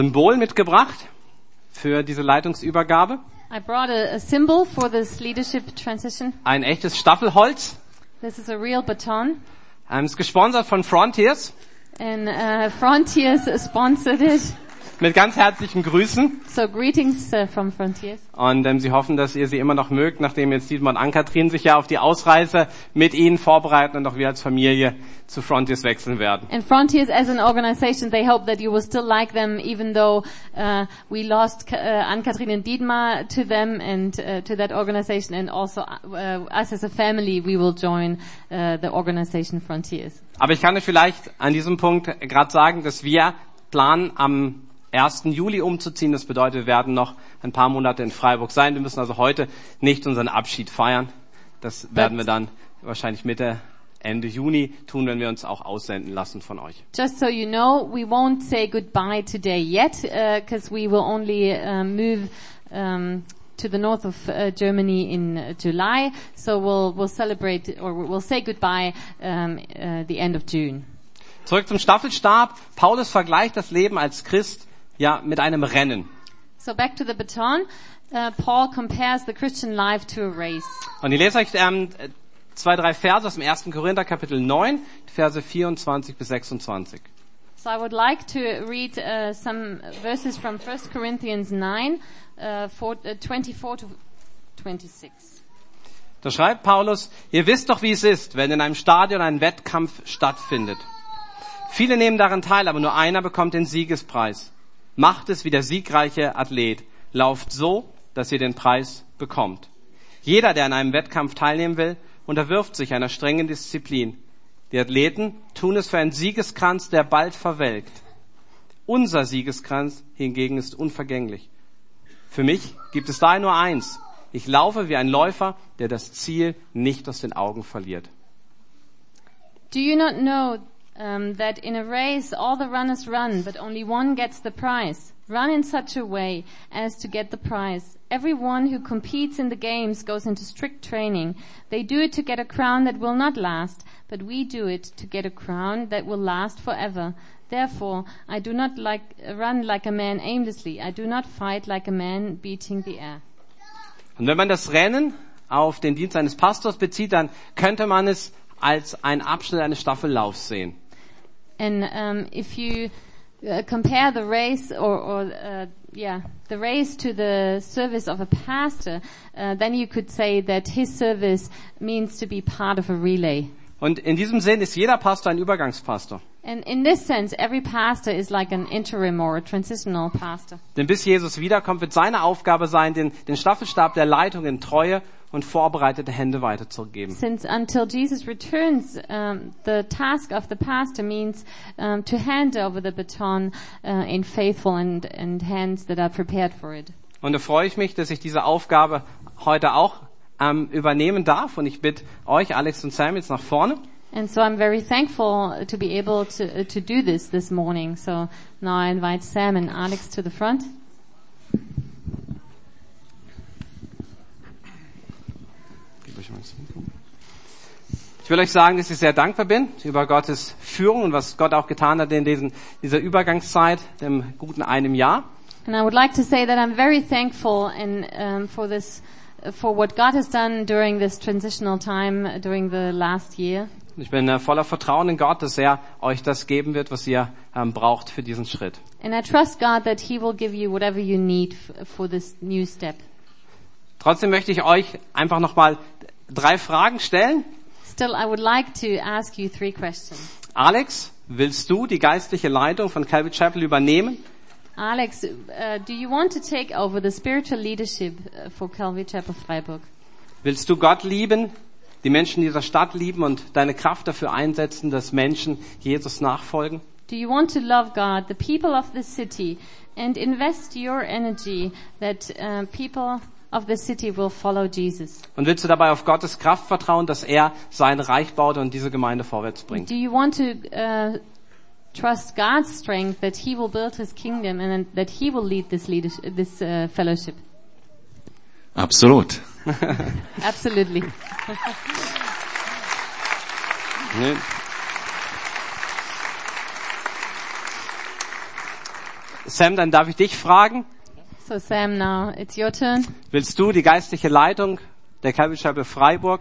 Symbol mitgebracht für diese Leitungsübergabe. I brought a, a symbol for this leadership transition. Ein echtes Staffelholz. This is a real baton, Ähm, ist gesponsert von Frontiers. and uh, Frontiers sponsored it. Mit ganz herzlichen Grüßen. So greetings uh, from Frontiers. Und ähm, sie hoffen, dass ihr sie immer noch mögt, nachdem jetzt Dietmar und Ann-Kathrin sich ja auf die Ausreise mit ihnen vorbereiten und auch wir als Familie zu Frontiers wechseln werden. And Frontiers as an organization, they hope that you will still like them even though uh, we lost Ka- uh, Ann-Kathrin and Dietmar to them and uh, to that organization and also uh, us as a family, we will join uh, the organization Frontiers. Aber ich kann euch vielleicht an diesem Punkt gerade sagen, dass wir planen, am 1. Juli umzuziehen. Das bedeutet, wir werden noch ein paar Monate in Freiburg sein. Wir müssen also heute nicht unseren Abschied feiern. Das werden wir dann wahrscheinlich Mitte, Ende Juni tun, wenn wir uns auch aussenden lassen von euch. Just so you know, we won't say goodbye today yet, because we will only uh, move um, to the north of uh, Germany in uh, July. So we'll we'll celebrate or we'll say goodbye um, uh, the end of June. Zurück zum Staffelstab. Paulus vergleicht das Leben als Christ ja mit einem Rennen. So back to the baton. Uh, Paul compares the Christian life to a race. Und ich lese euch ähm, zwei, drei Verse aus dem 1. Korinther Kapitel 9, die Verse 24 bis 26. So I would like to read uh, some verses from 1 Corinthians 9, uh, four, uh, 24 to 26. Da schreibt Paulus, ihr wisst doch, wie es ist, wenn in einem Stadion ein Wettkampf stattfindet. Viele nehmen daran teil, aber nur einer bekommt den Siegespreis. Macht es wie der siegreiche Athlet. Lauft so, dass ihr den Preis bekommt. Jeder, der an einem Wettkampf teilnehmen will, unterwirft sich einer strengen Disziplin. Die Athleten tun es für einen Siegeskranz, der bald verwelkt. Unser Siegeskranz hingegen ist unvergänglich. Für mich gibt es daher nur eins. Ich laufe wie ein Läufer, der das Ziel nicht aus den Augen verliert. Do you not know um, that in a race all the runners run, but only one gets the prize? Run in such a way as to get the prize. Everyone who competes in the games goes into strict training. They do it to get a crown that will not last, but we do it to get a crown that will last forever. Therefore, I do not like run like a man aimlessly. I do not fight like a man beating the air. Und wenn man das Rennen auf den Dienst eines Pastors bezieht, dann könnte man es als einen Abschnitt eines Staffellaufs sehen. And um, if you uh, compare the race or, or uh, yeah, the race to the service of a pastor, uh, then you could say that his service means to be part of a relay. Und in diesem Sinn ist jeder Pastor ein Übergangspastor. And in this sense, every pastor is like an interim or a transitional pastor. Denn bis Jesus wiederkommt, wird seine Aufgabe sein, den, den Staffelstab der Leitung in treue und vorbereitete Hände weiterzugeben. Since until Jesus returns, um, the task of the pastor means um, to hand over the baton uh, in faithful and, and hands that are prepared for it. Und da freue ich mich, dass ich diese Aufgabe heute auch ähm, übernehmen darf. Und ich bitte euch, Alex und Sam, jetzt nach vorne. And so I'm very thankful to be able to, uh, to do this this morning. So now I invite Sam and Alex to the front. Ich will euch sagen, dass ich sehr dankbar bin über Gottes Führung und was Gott auch getan hat in diesen, dieser Übergangszeit, dem guten einem Jahr. And I would like to say that I'm very thankful and um, for this, for what God has done during this transitional time uh, during the last year. Und Ich bin äh, voller Vertrauen in Gott, dass er euch das geben wird, was ihr ähm, braucht für diesen Schritt. And I trust God that He will give you whatever you need f- for this new step. Trotzdem möchte ich euch einfach nochmal drei Fragen stellen. Still, I would like to ask you three questions. Alex, willst du die geistliche Leitung von Calvary Chapel übernehmen? Alex, uh, do you want to take over the spiritual leadership uh, for Calvary Chapel Freiburg? Willst du Gott lieben, die Menschen dieser Stadt lieben und deine Kraft dafür einsetzen, dass Menschen Jesus nachfolgen? Do you want to love God, the people of the city, and invest your energy that uh, people of the city will follow Jesus? Und willst du dabei auf Gottes Kraft vertrauen, dass er sein Reich baut und diese Gemeinde vorwärts bringt? Do you want to uh, trust God's strength that He will build His kingdom and then- that He will lead this leadership, this uh, fellowship? Absolut. Absolutely. Nee. Sam, dann darf ich dich fragen. So Sam, now it's your turn. Willst du die geistliche Leitung der Calvary Freiburg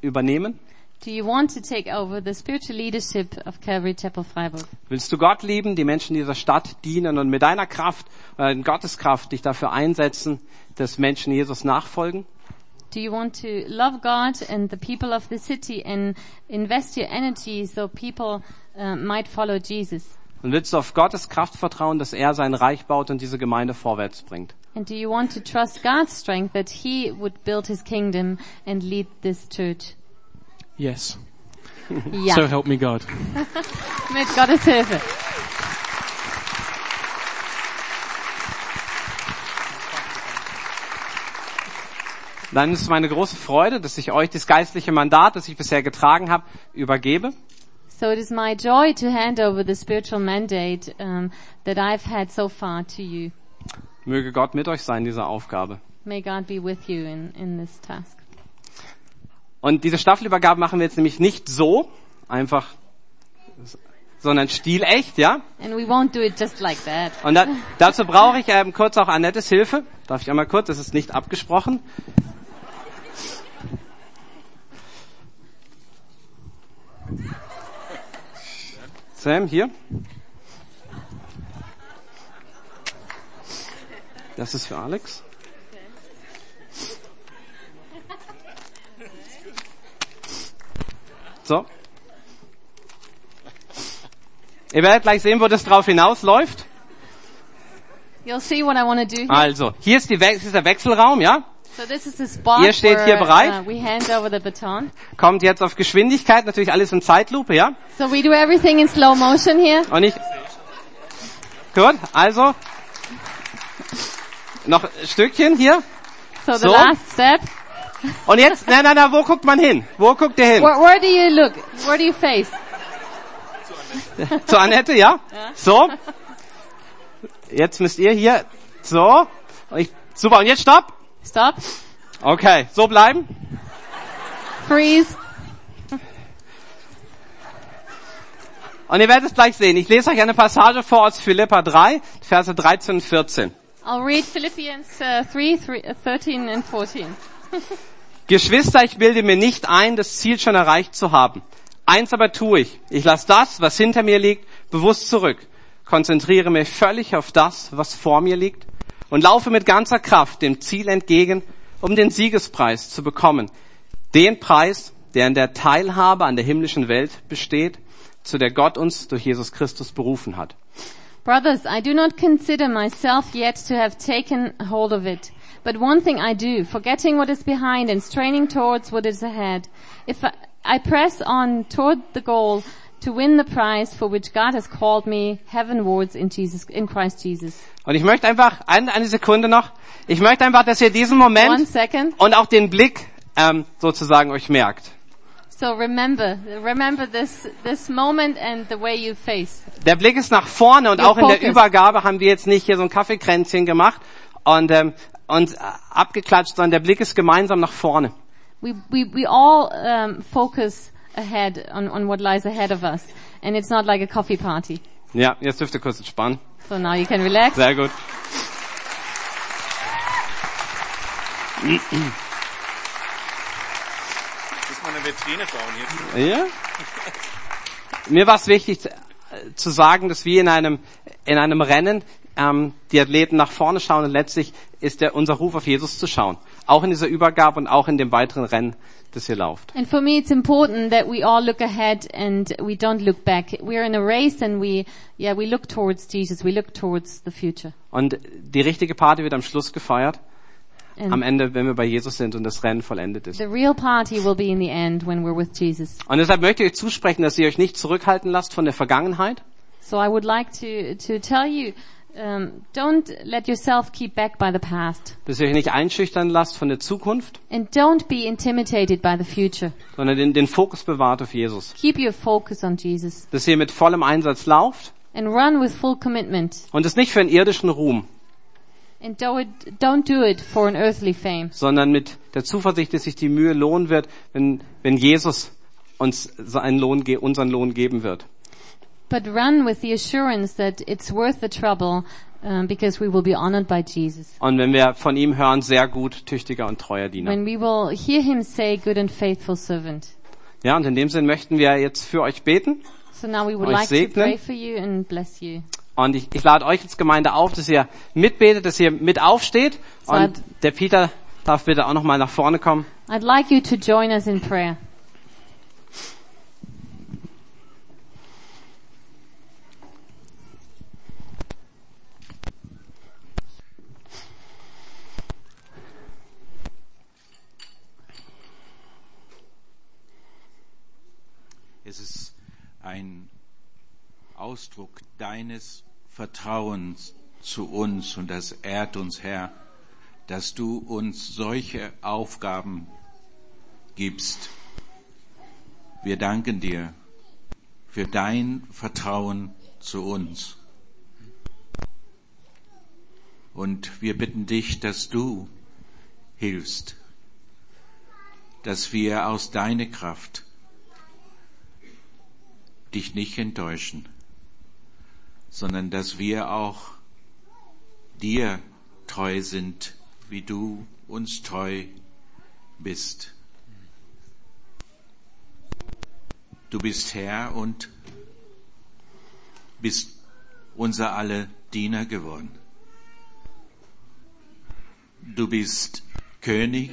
übernehmen? Do you want to take over the spiritual leadership of Calvary Chapel Freiburg? Willst du Gott lieben, die Menschen dieser Stadt dienen und mit deiner Kraft, äh, in Gottes Kraft dich dafür einsetzen, dass Menschen Jesus nachfolgen? Do you want to love God and the people of the city and invest your energy so people uh, might follow Jesus? Und willst du auf Gottes Kraft vertrauen, dass er sein Reich baut und diese Gemeinde vorwärts bringt? And do you want to trust God's strength that He would build His kingdom and lead this church? Yes. Ja, So help me God. mit Gottes Hilfe. Dann ist es meine große Freude, dass ich euch das geistliche Mandat, das ich bisher getragen habe, übergebe. So it is my joy to hand over the spiritual mandate um, that I've had so far to you. Möge Gott mit euch sein in dieser Aufgabe. May God be with you in, in this task. Und diese Staffelübergabe machen wir jetzt nämlich nicht so, einfach, sondern stilecht, ja? And we won't do it just like that. Und da, dazu brauche ich ähm, kurz auch Annettes Hilfe. Darf ich einmal kurz? Das ist nicht abgesprochen. Sam, hier. Das ist für Alex. So. Ihr werdet gleich sehen, wo das drauf hinausläuft. You'll see what I want to do. Here. Also, hier ist, die We ist der Wechselraum, ja? So this is the spot Ihr steht where hier bereit? uh, we hand over the baton. Kommt jetzt auf Geschwindigkeit, natürlich alles in Zeitlupe, ja? So we do everything in slow motion here. Und ich... Gut, also... Noch ein Stückchen hier. So the So. last step. Und jetzt, na, na, na, wo guckt man hin? Wo guckt ihr hin? Where, where do you look? Where do you face? Zu Annette, ja? So. Jetzt müsst ihr hier... So. Und ich, super, und jetzt stopp. Stop. Okay, so bleiben. Freeze. Und ihr werdet es gleich sehen. Ich lese euch eine Passage vor aus Philippa 3, Verse 13 und 14. I'll read Philippians uh, 3, 3 uh, 13 and 14. Geschwister, ich bilde mir nicht ein, das Ziel schon erreicht zu haben. Eins aber tue ich. Ich lasse das, was hinter mir liegt, bewusst zurück, konzentriere mich völlig auf das, was vor mir liegt und laufe mit ganzer Kraft dem Ziel entgegen, um den Siegespreis zu bekommen. Den Preis, der in der Teilhabe an der himmlischen Welt besteht, zu der Gott uns durch Jesus Christus berufen hat. Brothers, I do not consider myself yet to have taken hold of it. But one thing I do, forgetting what is behind and straining towards what is ahead. If I, I press on toward the goal to win the prize for which God has called me heavenwards in Jesus, in Christ Jesus. Und ich möchte einfach, eine, eine Sekunde noch, ich möchte einfach, dass ihr diesen Moment One second. und auch den Blick ähm, sozusagen euch merkt. So remember, remember this, this moment and the way you face. Der Blick ist nach vorne und Your auch in der focus. Übergabe haben wir jetzt nicht hier so ein Kaffeekränzchen gemacht und, ähm, und äh, abgeklatscht, sondern der Blick ist gemeinsam nach vorne. We, we, we all um, focus ahead on, on what lies ahead of us. And it's not like a coffee party. Ja, jetzt dürft ihr kurz entspannen. So now you can relax. Sehr gut. Muss man eine Vitrine bauen hier. Ja? Mir war es wichtig zu- äh, zu sagen, dass wir in einem, in einem Rennen ähm, die Athleten nach vorne schauen und letztlich ist der, unser Ruf auf Jesus zu schauen. Auch in dieser Übergabe und auch in dem weiteren Rennen, das hier läuft. And for me, it's important that we all look ahead and we don't look back. We're in a race and we, yeah, we look towards Jesus. We look towards the future. Und die richtige Party wird am Schluss gefeiert, am And Ende, wenn wir bei Jesus sind und das Rennen vollendet ist. the real party will be in the end when we're with Jesus. Und deshalb möchte ich euch zusprechen, dass ihr euch nicht zurückhalten lasst von der Vergangenheit, So I would like to, to tell you, um, don't let yourself keep back by the past dass ihr euch nicht einschüchtern lasst von der Zukunft, and don't be intimidated by the future. sondern den, den Fokus bewahrt auf Jesus. Keep your focus on Jesus Dass ihr mit vollem Einsatz lauft and run with full commitment und es nicht für einen irdischen Ruhm, and do it, don't do it for an earthly fame. sondern mit der Zuversicht, dass sich die Mühe lohnen wird, wenn, wenn Jesus uns seinen Lohn, ge- unseren Lohn geben wird. but run with the assurance that it's worth the trouble um, because we will be honored by Jesus. Und wenn wir von ihm hören, sehr gut, tüchtiger und treuer Diener. When we will hear him say, good and faithful servant. Ja, und in dem Sinn möchten wir jetzt für euch beten. So now we would Euch like to segnen. pray for you and bless you. Und ich, ich lade euch als Gemeinde auf, dass ihr mitbetet, dass ihr mit aufsteht. Und Seid- der Peter darf bitte auch nochmal nach vorne kommen. I'd like you to join us in prayer. Es ist ein Ausdruck deines Vertrauens zu uns und das ehrt uns, Herr, dass du uns solche Aufgaben gibst. Wir danken dir für dein Vertrauen zu uns. Und wir bitten dich, dass du hilfst, dass wir aus deiner Kraft dich nicht enttäuschen, sondern dass wir auch dir treu sind, wie du uns treu bist. Du bist Herr und bist unser alle Diener geworden. Du bist König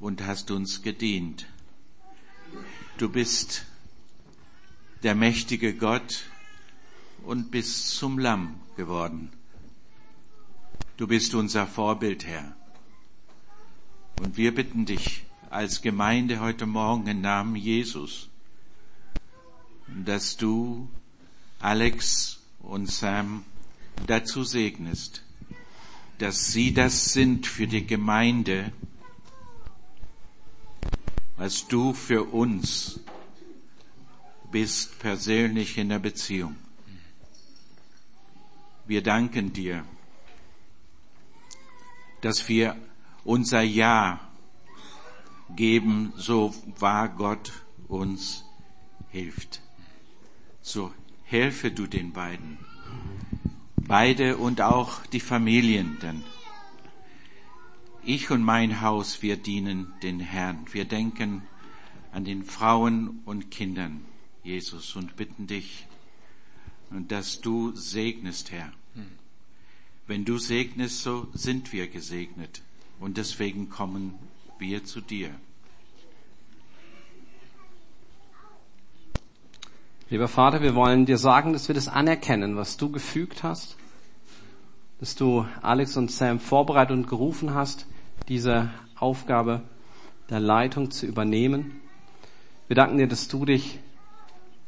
und hast uns gedient. Du bist der mächtige Gott und bist zum Lamm geworden. Du bist unser Vorbild, Herr. Und wir bitten dich als Gemeinde heute Morgen im Namen Jesus, dass du Alex und Sam dazu segnest, dass sie das sind für die Gemeinde, was du für uns bist persönlich in der Beziehung. Wir danken dir, dass wir unser Ja geben, so wahr Gott uns hilft. So helfe du den beiden, beide und auch die Familien, denn ich und mein Haus, wir dienen den Herrn. Wir denken an den Frauen und Kindern, Jesus, und bitten dich, und dass du segnest, Herr. Wenn du segnest, so sind wir gesegnet. Und deswegen kommen wir zu dir. Lieber Vater, wir wollen dir sagen, dass wir das anerkennen, was du gefügt hast, dass du Alex und Sam vorbereitet und gerufen hast, diese Aufgabe der Leitung zu übernehmen. Wir danken dir, dass du dich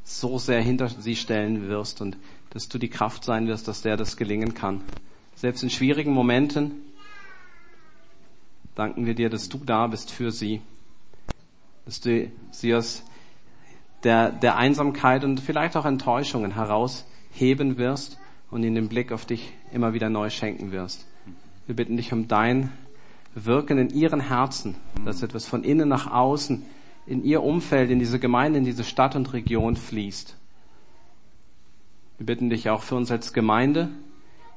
so sehr hinter sie stellen wirst und dass du die Kraft sein wirst, dass der das gelingen kann. Selbst in schwierigen Momenten danken wir dir, dass du da bist für sie, dass du sie aus der, der Einsamkeit und vielleicht auch Enttäuschungen herausheben wirst und ihnen den Blick auf dich immer wieder neu schenken wirst. Wir bitten dich um dein Wirken in ihren Herzen, dass etwas von innen nach außen in ihr Umfeld, in diese Gemeinde, in diese Stadt und Region fließt. Wir bitten dich auch für uns als Gemeinde,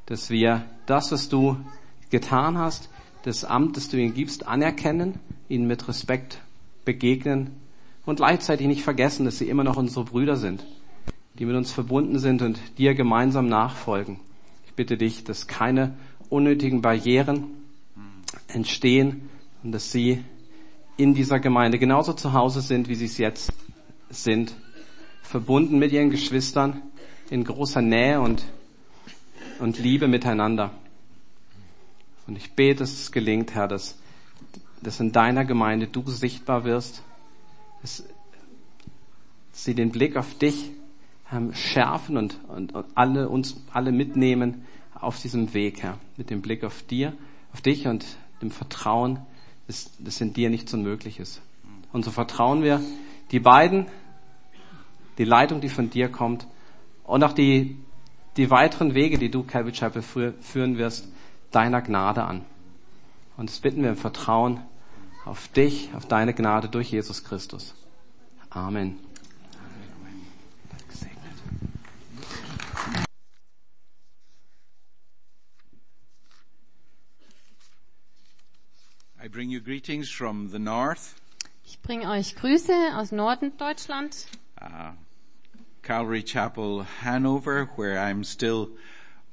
dass wir das, was du getan hast, das Amt, das du ihnen gibst, anerkennen, ihnen mit Respekt begegnen und gleichzeitig nicht vergessen, dass sie immer noch unsere Brüder sind, die mit uns verbunden sind und dir gemeinsam nachfolgen. Ich bitte dich, dass keine unnötigen Barrieren entstehen und dass sie in dieser Gemeinde genauso zu Hause sind, wie sie es jetzt sind, verbunden mit ihren Geschwistern in großer Nähe und, und Liebe miteinander. Und ich bete, dass es gelingt, Herr, dass, dass in deiner Gemeinde du sichtbar wirst, dass sie den Blick auf dich ähm, schärfen und, und, und alle uns alle mitnehmen auf diesem Weg, Herr, mit dem Blick auf dir, auf dich und dem Vertrauen, dass, dass in dir nichts unmöglich ist. Und so vertrauen wir die beiden, die Leitung, die von dir kommt und auch die, die weiteren Wege, die du, Calvary Chapel, fü- führen wirst, deiner Gnade an. Und das bitten wir im Vertrauen auf dich, auf deine Gnade durch Jesus Christus. Amen. I bring you greetings from the north. Ich bringe euch Grüße aus Norddeutschland, uh, Calvary Chapel, Hanover, where I'm still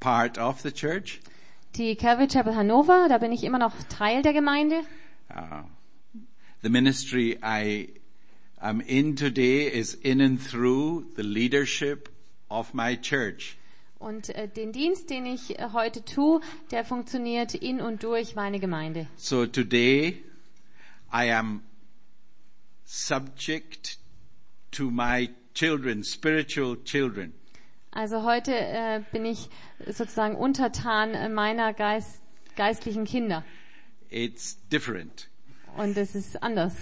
part of the church. die Calvary Chapel Hannover, da bin ich immer noch Teil der Gemeinde. Uh, the ministry I am in today is in and through the leadership of my church. Und äh, den Dienst, den ich äh, heute tue, der funktioniert in und durch meine Gemeinde. So today I am subject to my children, spiritual children. Also heute äh, bin ich sozusagen untertan äh, meiner Geist, geistlichen Kinder. It's different, Und es ist anders.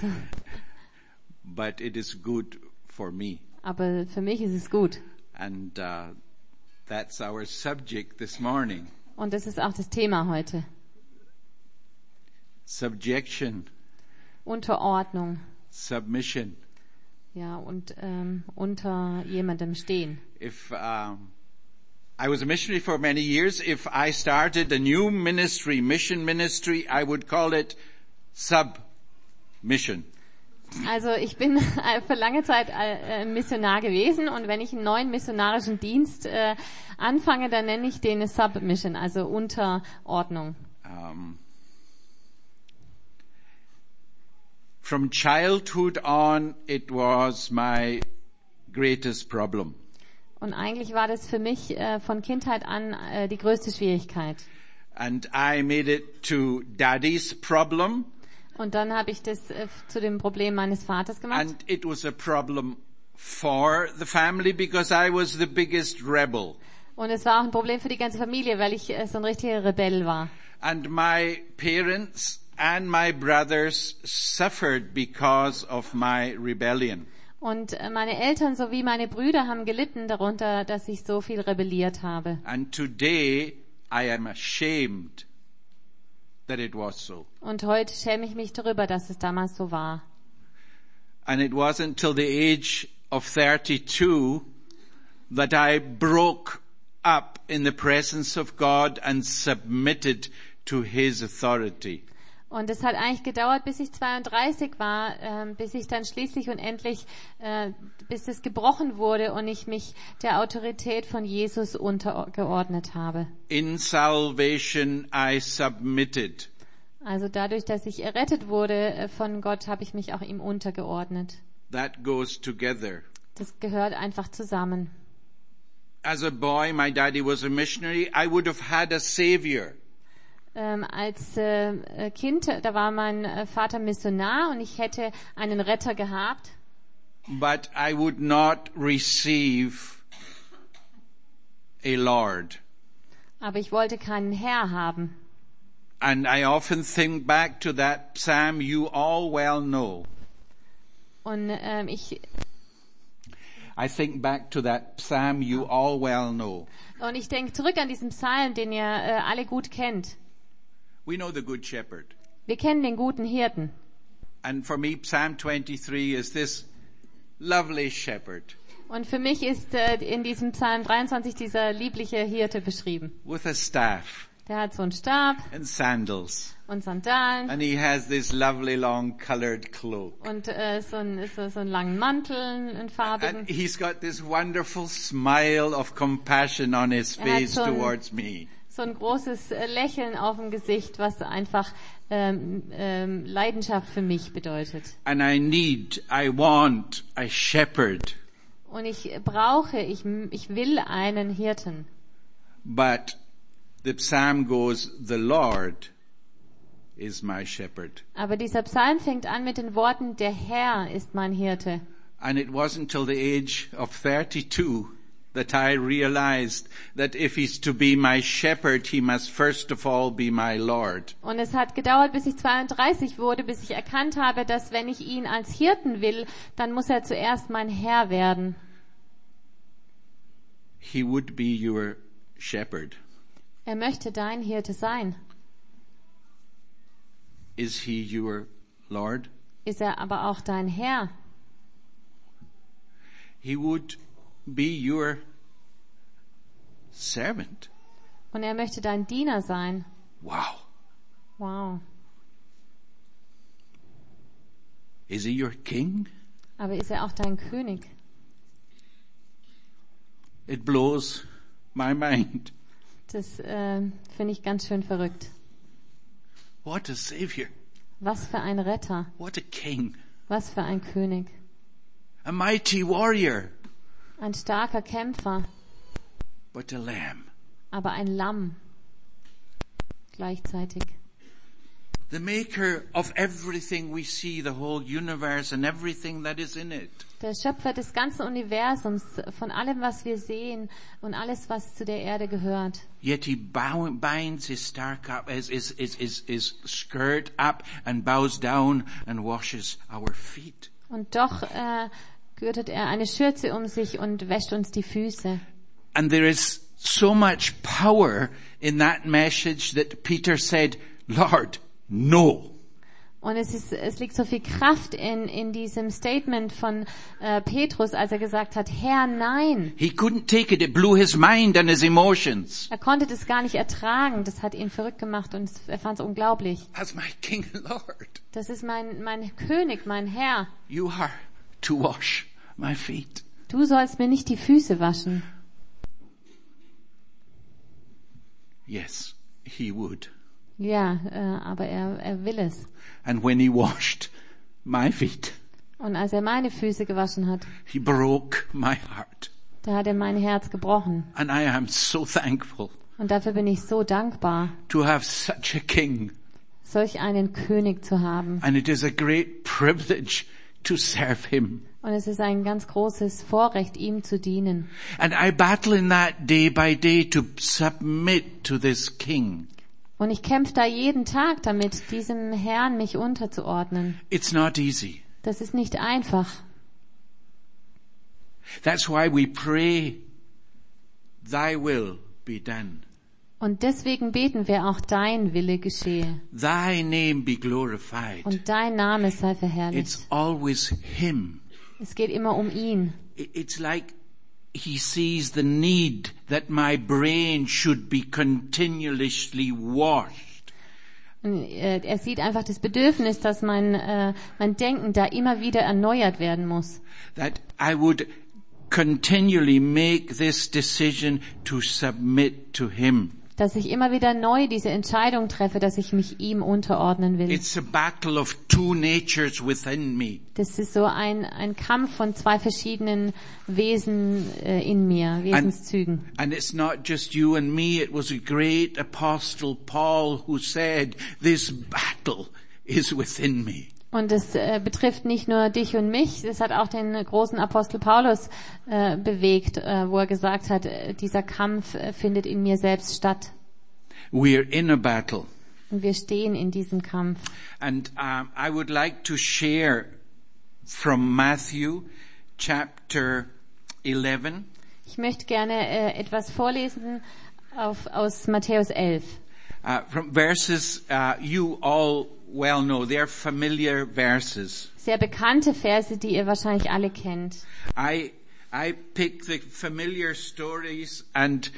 but it is good for me. Aber für mich ist es gut. And uh, that's our subject this morning. Und das ist auch das Thema heute. Subjection, Unterordnung. submission. Ja, und ähm, unter jemandem stehen. If um, I was a missionary for many years, if I started a new ministry, mission ministry, I would call it submission. Also ich bin äh, für lange Zeit äh, äh, Missionar gewesen und wenn ich einen neuen missionarischen Dienst äh, anfange, dann nenne ich den Submission, also Unterordnung. Um, from childhood on, it was my greatest problem. Und eigentlich war das für mich äh, von Kindheit an äh, die größte Schwierigkeit. And I made it to daddy's problem, Und dann habe ich das äh, zu dem Problem meines Vaters gemacht. and it was a problem for the family because I was the biggest rebel. Und es war auch ein Problem für die ganze Familie, weil ich äh, so ein richtiger Rebell war. And my parents and my brothers suffered because of my rebellion. Und äh, meine Eltern sowie meine Brüder haben gelitten darunter, dass ich so viel rebelliert habe. And today I am ashamed that it was so. Und heute schäme ich mich darüber, dass es damals so war. And it wasn't till the age of 32 that I broke up in the presence of God and submitted to His authority. Und es hat eigentlich gedauert, bis ich 32 war, ähm, bis ich dann schließlich und endlich, äh, bis es gebrochen wurde und ich mich der Autorität von Jesus untergeordnet habe. In salvation I submitted. Also dadurch, dass ich errettet wurde äh, von Gott, habe ich mich auch ihm untergeordnet. That goes together. Das gehört einfach zusammen. As a boy, my daddy was a missionary. I would have had a savior. Ähm, als äh, äh, Kind, da war mein äh, Vater Missionar und ich hätte einen Retter gehabt, but I would not receive a Lord. aber ich wollte keinen Herr haben. And I often think back to that psalm you all well know. Und ähm, ich I think back to that psalm you all well know. Und ich denke zurück an diesen Psalm, den ihr äh, alle gut kennt. We know the Good Shepherd. Wir kennen den guten Hirten. And for me, Psalm 23 is this lovely shepherd Und für mich ist äh, in diesem Psalm 23 dieser liebliche Hirte beschrieben. with a staff Der hat so einen Stab and sandals. und Sandalen And he has this lovely long colored cloak. und äh, so, einen, so, so einen langen Mantel, einen farbigen. And he's got this wonderful smile of compassion on his Er hat face so ein- towards me. So ein großes äh, Lächeln auf dem Gesicht, was einfach ähm, ähm, Leidenschaft für mich bedeutet. And I need, I want a shepherd, Und ich brauche, ich, ich will einen Hirten. but the psalm goes, the Lord is my shepherd. Aber dieser Psalm fängt an mit den Worten, der Herr ist mein Hirte. And it wasn't till the age of 32 that I realized that if he's to be my shepherd, he must first of all be my Lord. Und es hat gedauert, bis ich 32 wurde, bis ich erkannt habe, dass wenn ich ihn als Hirten will, dann muss er zuerst mein Herr werden. He would be your shepherd. Er möchte dein Hirte sein. Is he your Lord? Ist er aber auch dein Herr? He would be your servant. Und er möchte dein Diener sein. Wow. Wow. Is he your king? Aber ist er auch dein König? It blows my mind. Das äh, finde ich ganz schön verrückt. What a savior. Was für ein Retter, What a king. was für ein König, A mighty warrior. ein starker Kämpfer, But a lamb. aber ein Lamm gleichzeitig. The maker of everything we see, the whole universe and everything that is in it. Der Schöpfer des ganzen Universums, von allem, was wir sehen und alles, was zu der Erde gehört. Yet he bow, binds his stark up, his, his, his, his, his skirt up and bows down and washes our feet. Und doch äh, gürtet er eine Schürze um sich und wäscht uns die Füße. And there is so much power in that message that Peter said, Lord, no. Und es, ist, es liegt so viel Kraft in, in diesem Statement von äh, Petrus, als er gesagt hat, Herr, nein. He couldn't take it. It blew his mind and his emotions. Er konnte das gar nicht ertragen. Das hat ihn verrückt gemacht und es- er fand es unglaublich. That's my King and Lord. Das ist mein, mein König, mein Herr. You are to wash my feet. Du sollst mir nicht die Füße waschen. Yes, he would. Ja, äh, aber er, er will es. And when he washed my feet, Und als er meine Füße gewaschen hat, he broke my heart. da hat er mein Herz gebrochen. And I am so thankful Und dafür bin ich so dankbar, to have such a king. solch einen König zu haben. And it is a great privilege to serve him. Und es ist ein ganz großes Vorrecht, ihm zu dienen. And I battle in that day by day to submit to this king. Und ich kämpfe da jeden Tag damit, diesem Herrn mich unterzuordnen. It's not easy. Das ist nicht einfach. That's why we pray, thy will be done. Und deswegen beten wir auch dein Wille geschehe Thy name be glorified. und dein Name sei verherrlicht. It's always him. Es geht immer um ihn. I- It's like he sees the need that my brain should be continuously washed. Und, äh, er sieht einfach das Bedürfnis, dass mein, äh, mein Denken da immer wieder erneuert werden muss. That I would continually make this decision to submit to him. Dass ich immer wieder neu diese Entscheidung treffe, dass ich mich ihm unterordnen will. It's a battle of two natures within me. Das ist so ein, ein Kampf von zwei verschiedenen Wesen äh, in mir, Wesenszügen. And it's not just you and me, it was a great apostle Paul who said, this battle is within me. Und es äh, betrifft nicht nur dich und mich, es hat auch den großen Apostel Paulus äh, bewegt, äh, wo er gesagt hat, äh, dieser Kampf äh, findet in mir selbst statt. We're in a battle. Und wir stehen in diesem Kampf. And um, I would like to share from Matthew chapter 11 Ich möchte gerne äh, etwas vorlesen auf, aus Matthäus 11. uh, from verses uh, you all well know. They're familiar verses. Sehr bekannte Verse, die ihr wahrscheinlich alle kennt. I I pick the familiar stories and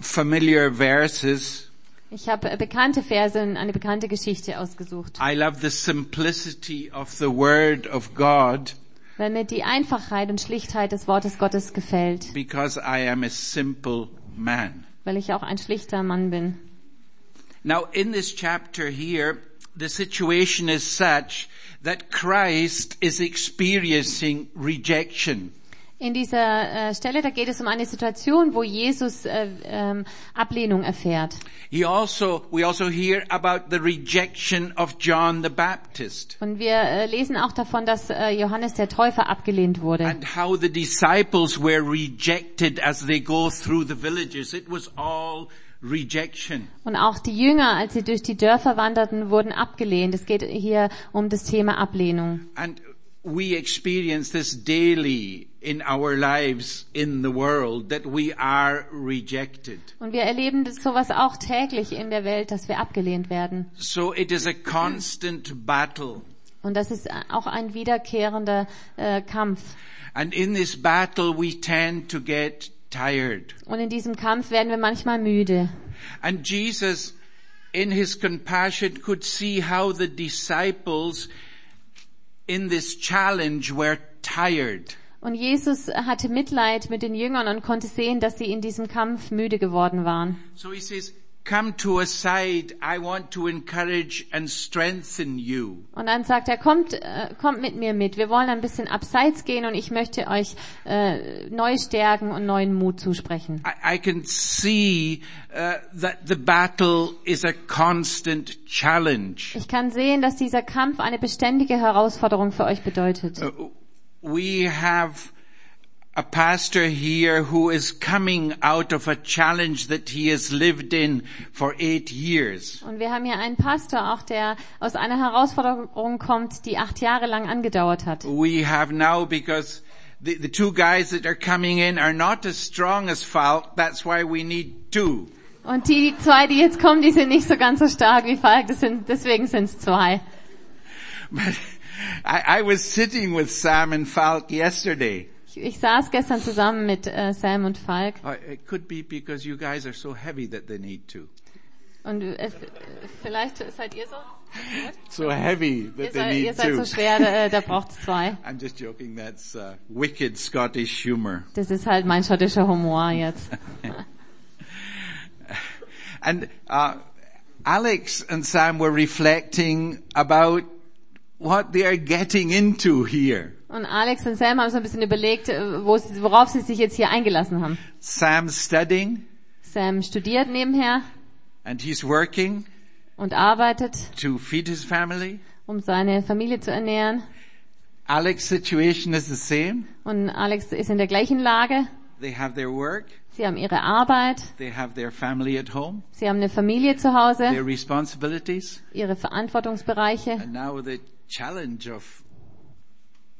familiar verses. Ich habe äh, bekannte Verse und eine bekannte Geschichte ausgesucht, I love the simplicity of the Word of God weil mir die Einfachheit und Schlichtheit des Wortes Gottes gefällt, because I am a simple man. weil ich auch ein schlichter Mann bin. Now, in this chapter here, the situation is such that Christ is experiencing rejection. In dieser äh, Stelle, da geht es um eine Situation, wo Jesus äh, ähm, Ablehnung erfährt. He also, we also hear about the rejection of John the Baptist Und wir äh, lesen auch davon, dass äh, Johannes der Täufer abgelehnt wurde and how the disciples were rejected as they go through the villages. It was all rejection. und auch die Jünger, als sie durch die Dörfer wanderten, wurden abgelehnt. Es geht hier um das Thema Ablehnung. And we experience this daily in our lives in the world that we are rejected. Und wir erleben das, sowas auch täglich in der Welt, dass wir abgelehnt werden. So it is a constant battle. Und das ist äh, auch ein wiederkehrender äh, Kampf. And in this battle, we tend to get tired. Und in diesem Kampf werden wir manchmal müde. And Jesus, in his compassion, could see how the disciples in this challenge were tired. Und Jesus hatte Mitleid mit den Jüngern und konnte sehen, dass sie in diesem Kampf müde geworden waren. So he says, come to a side. I want to encourage and strengthen you. Und dann sagt er, kommt, äh, kommt mit mir mit. Wir wollen ein bisschen abseits gehen und ich möchte euch äh, neu stärken und neuen Mut zusprechen. I, I can see uh, that the battle is a constant challenge. Ich kann sehen, dass dieser Kampf eine beständige Herausforderung für euch bedeutet. We have a pastor here who is coming out of a challenge that he has lived in for eight years. Und wir haben hier einen Pastor auch, der aus einer Herausforderung kommt, die acht Jahre lang angedauert hat. We have now because the, the two guys that are coming in are not as strong as Falk. That's why we need two. Und die, die zwei, die jetzt kommen, die sind nicht so ganz so stark wie Falk, das sind, deswegen sind es zwei. But I, I was sitting with Sam and Falk yesterday. Ich, ich saß gestern zusammen mit äh, Sam und Falk Uh, It could be because you guys are so heavy that they need two. und es, vielleicht seid ihr so, So heavy that ihr seid, ihr seid so schwer, da, da braucht es zwei. I'm just joking. That's uh, wicked Scottish humor. Das ist halt mein schottischer Humor jetzt. And uh, Alex and Sam were reflecting about what they are getting into here. Und Alex und Sam haben so ein bisschen überlegt, äh, wo sie, worauf sie sich jetzt hier eingelassen haben. Sam's studying Sam studiert nebenher and he's working und arbeitet, to feed his family. um seine Familie zu ernähren. Alex's situation is the same. Und Alex ist in der gleichen Lage. They have their work. Sie haben ihre Arbeit, They have their family at home. sie haben eine Familie zu Hause, Their responsibilities. ihre Verantwortungsbereiche. And now the challenge of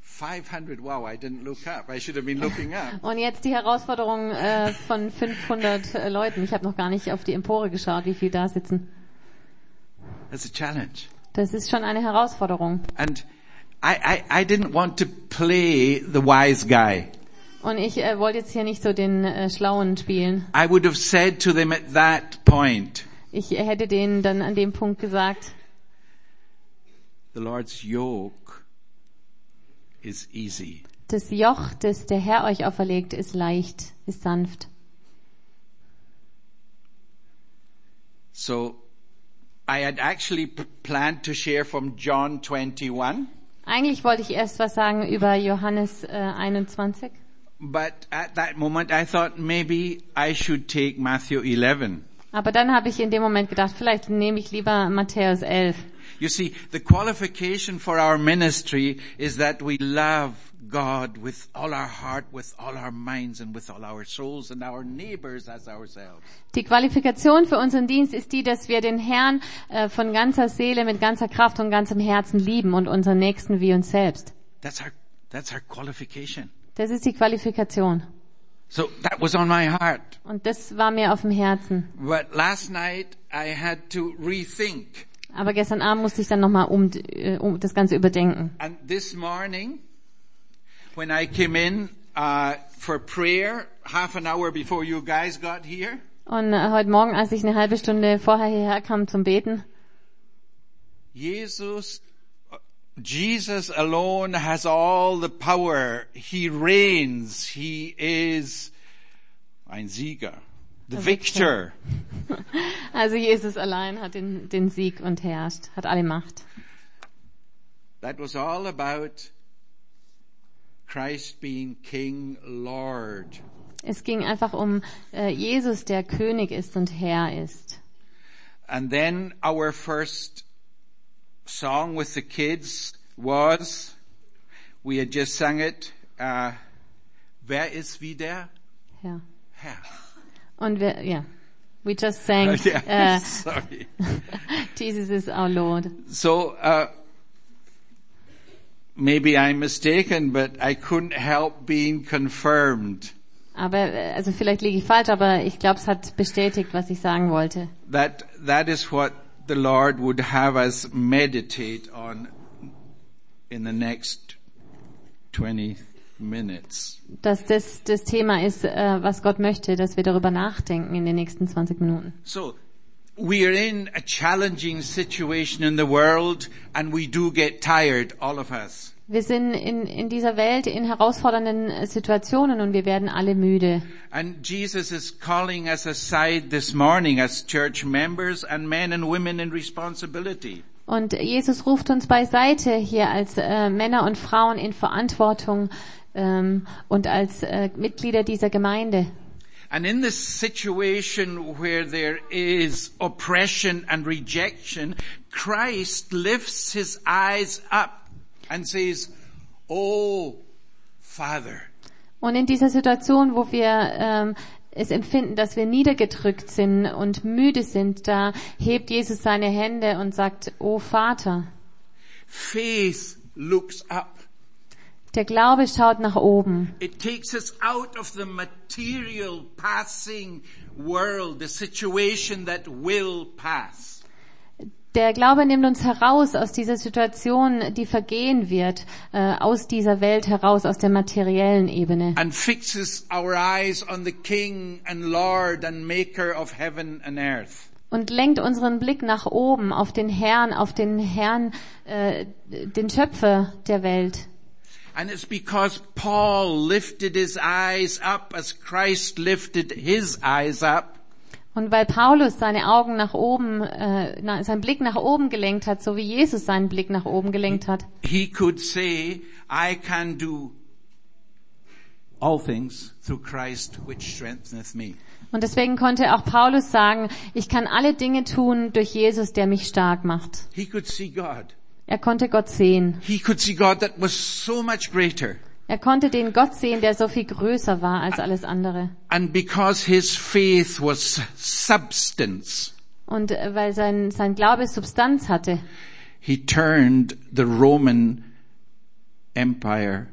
500. Wow, I didn't look up. I should have been looking up. Und jetzt die Herausforderung äh, von 500 äh, Leuten. Ich habe noch gar nicht auf die Empore geschaut, wie viel da sitzen. That's a challenge. Das ist schon eine Herausforderung. And I, I, I didn't want to play the wise guy. Und ich äh, wollte jetzt hier nicht so den äh, Schlauen spielen. I would have said to them at that point, Ich äh, hätte denen dann an dem Punkt gesagt, the Lord's yoke is easy. das Joch, das der Herr euch auferlegt, ist leicht, ist sanft. So I had actually p- planned to share from John 21, Eigentlich wollte ich erst was sagen über Johannes äh, 21. but at that moment I thought maybe I should take Matthew 11. Aber dann habe ich in dem Moment gedacht, vielleicht nehme ich lieber Matthäus 11. You see, the qualification for our ministry is that we love God with all our heart, with all our minds, and with all our souls, and our neighbors as ourselves. Die Qualifikation für unseren Dienst ist die, dass wir den Herrn äh, von ganzer Seele, mit ganzer Kraft und ganzem Herzen lieben und unseren Nächsten wie uns selbst. That's our, that's our qualification. Das ist die Qualifikation. So that was on my heart. Und das war mir auf dem Herzen. But last night I had to rethink. Aber gestern Abend musste ich dann nochmal um, äh, um das Ganze überdenken. And this morning, when I came in, uh, for prayer, half an hour before you guys got here, Und äh, heute Morgen, als ich eine halbe Stunde vorher hierher kam zum Beten, Jesus, Jesus alone has all the power. He reigns. He is ein Sieger, the victor. also Jesus allein hat den, den Sieg und herrscht, hat alle Macht. That was all about Christ being King, Lord. Es ging einfach um äh, Jesus, der König ist und Herr ist. And then our first song with the kids was, we had just sung it, uh, Wer ist wie der Ja. Herr? Und wir, ja. We just sang, Yeah, äh, sorry. Jesus is our Lord. So, uh, maybe I'm mistaken, but I couldn't help being confirmed Aber, äh, also vielleicht liege ich falsch, aber ich glaube, es hat bestätigt, was ich sagen wollte. that that is what the Lord would have us meditate on in the next 20 minutes. Dass das das Thema ist, äh, was Gott möchte, dass wir darüber nachdenken in den nächsten 20 Minuten. So, we are in a challenging situation in the world and we do get tired, all of us. Wir sind in, in dieser Welt in herausfordernden äh, Situationen und wir werden alle müde. And Jesus is calling us aside this morning as church members and men and women in responsibility. Und Jesus ruft uns beiseite hier als äh, Männer und Frauen in Verantwortung ähm, und als äh, Mitglieder dieser Gemeinde. And in this situation where there is oppression and rejection, Christ lifts his eyes up and says, Oh, Father. Und in dieser Situation, wo wir ähm, es empfinden, dass wir niedergedrückt sind und müde sind, da hebt Jesus seine Hände und sagt, O Vater. Faith looks up. Der Glaube schaut nach oben. It takes us out of the material passing world, the situation that will pass. Der Glaube nimmt uns heraus aus dieser Situation, die vergehen wird, äh, aus dieser Welt heraus, aus der materiellen Ebene. and fixes our eyes on the King and Lord and Maker of heaven and earth. Und lenkt unseren Blick nach oben, auf den Herrn, auf den Herrn, äh, den Schöpfer der Welt. And it's because Paul lifted his eyes up as Christ lifted his eyes up Und weil Paulus seine Augen nach oben, äh, na, seinen Blick nach oben gelenkt hat, so wie Jesus seinen Blick nach oben gelenkt hat, he could say, I can do all things through Christ which strengtheneth me. Und deswegen konnte auch Paulus sagen, ich kann alle Dinge tun durch Jesus, der mich stark macht. He could see God. Er konnte Gott sehen. He could see God that was so much greater. Er konnte den Gott sehen, der so viel größer war als alles andere. And because his faith was substance, Und äh, weil sein, sein Glaube Substanz hatte, he turned the Roman Empire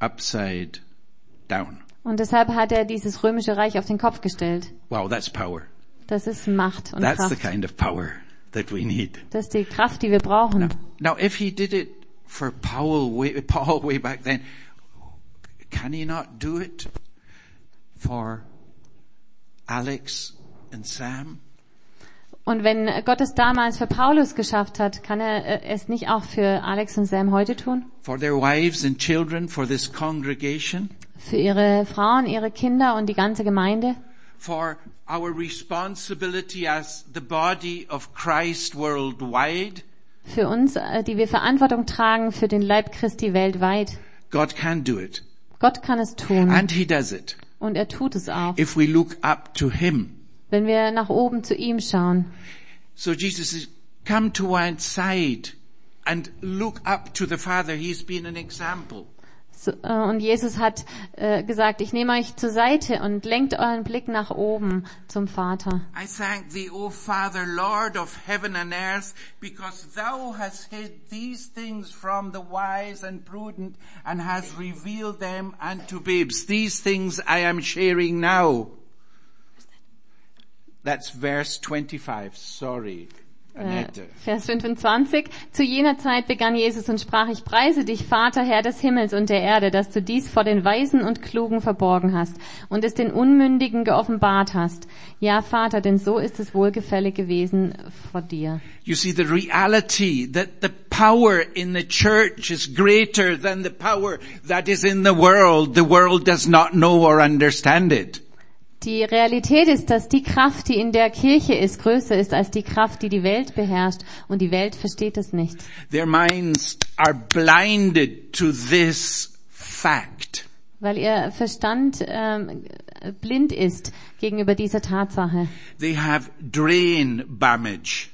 upside down. und deshalb hat er dieses römische Reich auf den Kopf gestellt. Wow, that's power. Das ist Macht und That's the Kraft. kind of power that we need. Das ist die Kraft, die wir brauchen. Now, if he did it for Paul way, Paul way back then, can he not do it for Alex and Sam? Und wenn Gott es damals für Paulus geschafft hat, kann er äh, es nicht auch für Alex und Sam heute tun? For their wives and children, for this congregation, Für ihre Frauen, ihre Kinder und die ganze Gemeinde? for our responsibility as the body of Christ worldwide? Für uns, äh, die wir Verantwortung tragen für den Leib Christi weltweit. God can do it. Gott kann es tun And he does it. und er tut es auch, If we look up to him. wenn wir nach oben zu ihm schauen. So Jesus says, come to one side and look up to the Father. He's been an example. So, äh, und Jesus hat äh, gesagt, ich nehme euch zur Seite und lenkt euren Blick nach oben zum Vater. I thank thee, O Father, Lord of heaven and earth, because thou hast hid these things from the wise and prudent and hast revealed them unto babes. These things I am sharing now. That's verse 25. Sorry, Annette. Vers 25. Zu jener Zeit begann Jesus und sprach, ich preise dich, Vater, Herr des Himmels und der Erde, dass du dies vor den Weisen und Klugen verborgen hast und es den Unmündigen geoffenbart hast. Ja, Vater, denn so ist es wohlgefällig gewesen vor dir. You see, the reality that the power in the church is greater than the power that is in the world. The world does not know or understand it. Die Realität ist, dass die Kraft, die in der Kirche ist, größer ist als die Kraft, die die Welt beherrscht und die Welt versteht es nicht. Their minds are blinded to this fact. Weil ihr Verstand ähm, blind ist gegenüber dieser Tatsache. They have brain damage.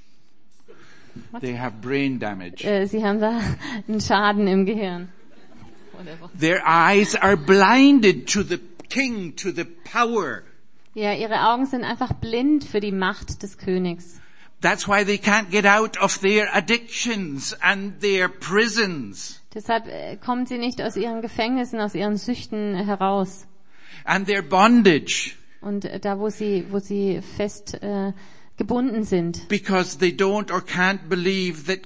They have brain damage. Äh, sie haben da einen Schaden im Gehirn. Whatever. Their eyes are blinded to the king, to the power. Ja, ihre Augen sind einfach blind für die Macht des Königs. That's why they can't get out of their addictions and their prisons Deshalb äh, kommen sie nicht aus ihren Gefängnissen, aus ihren Süchten heraus. and their bondage Und äh, da, wo sie, wo sie fest äh, gebunden sind. because they don't or can't believe that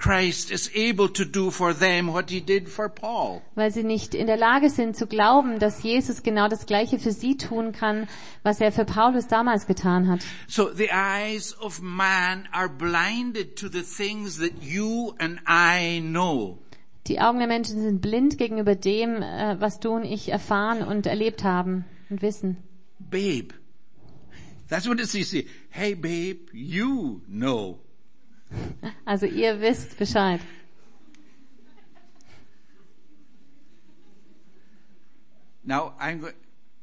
Christ is able to do for them what he did for Paul. weil sie nicht in der Lage sind zu glauben, dass Jesus genau das Gleiche für sie tun kann, was er für Paulus damals getan hat. So the eyes of man are blinded to the things that you and I know. Die Augen der Menschen sind blind gegenüber dem, äh, was du und ich erfahren und erlebt haben und wissen. Babe. That's what it is. Hey babe, you know. Also ihr wisst Bescheid. Now I'm go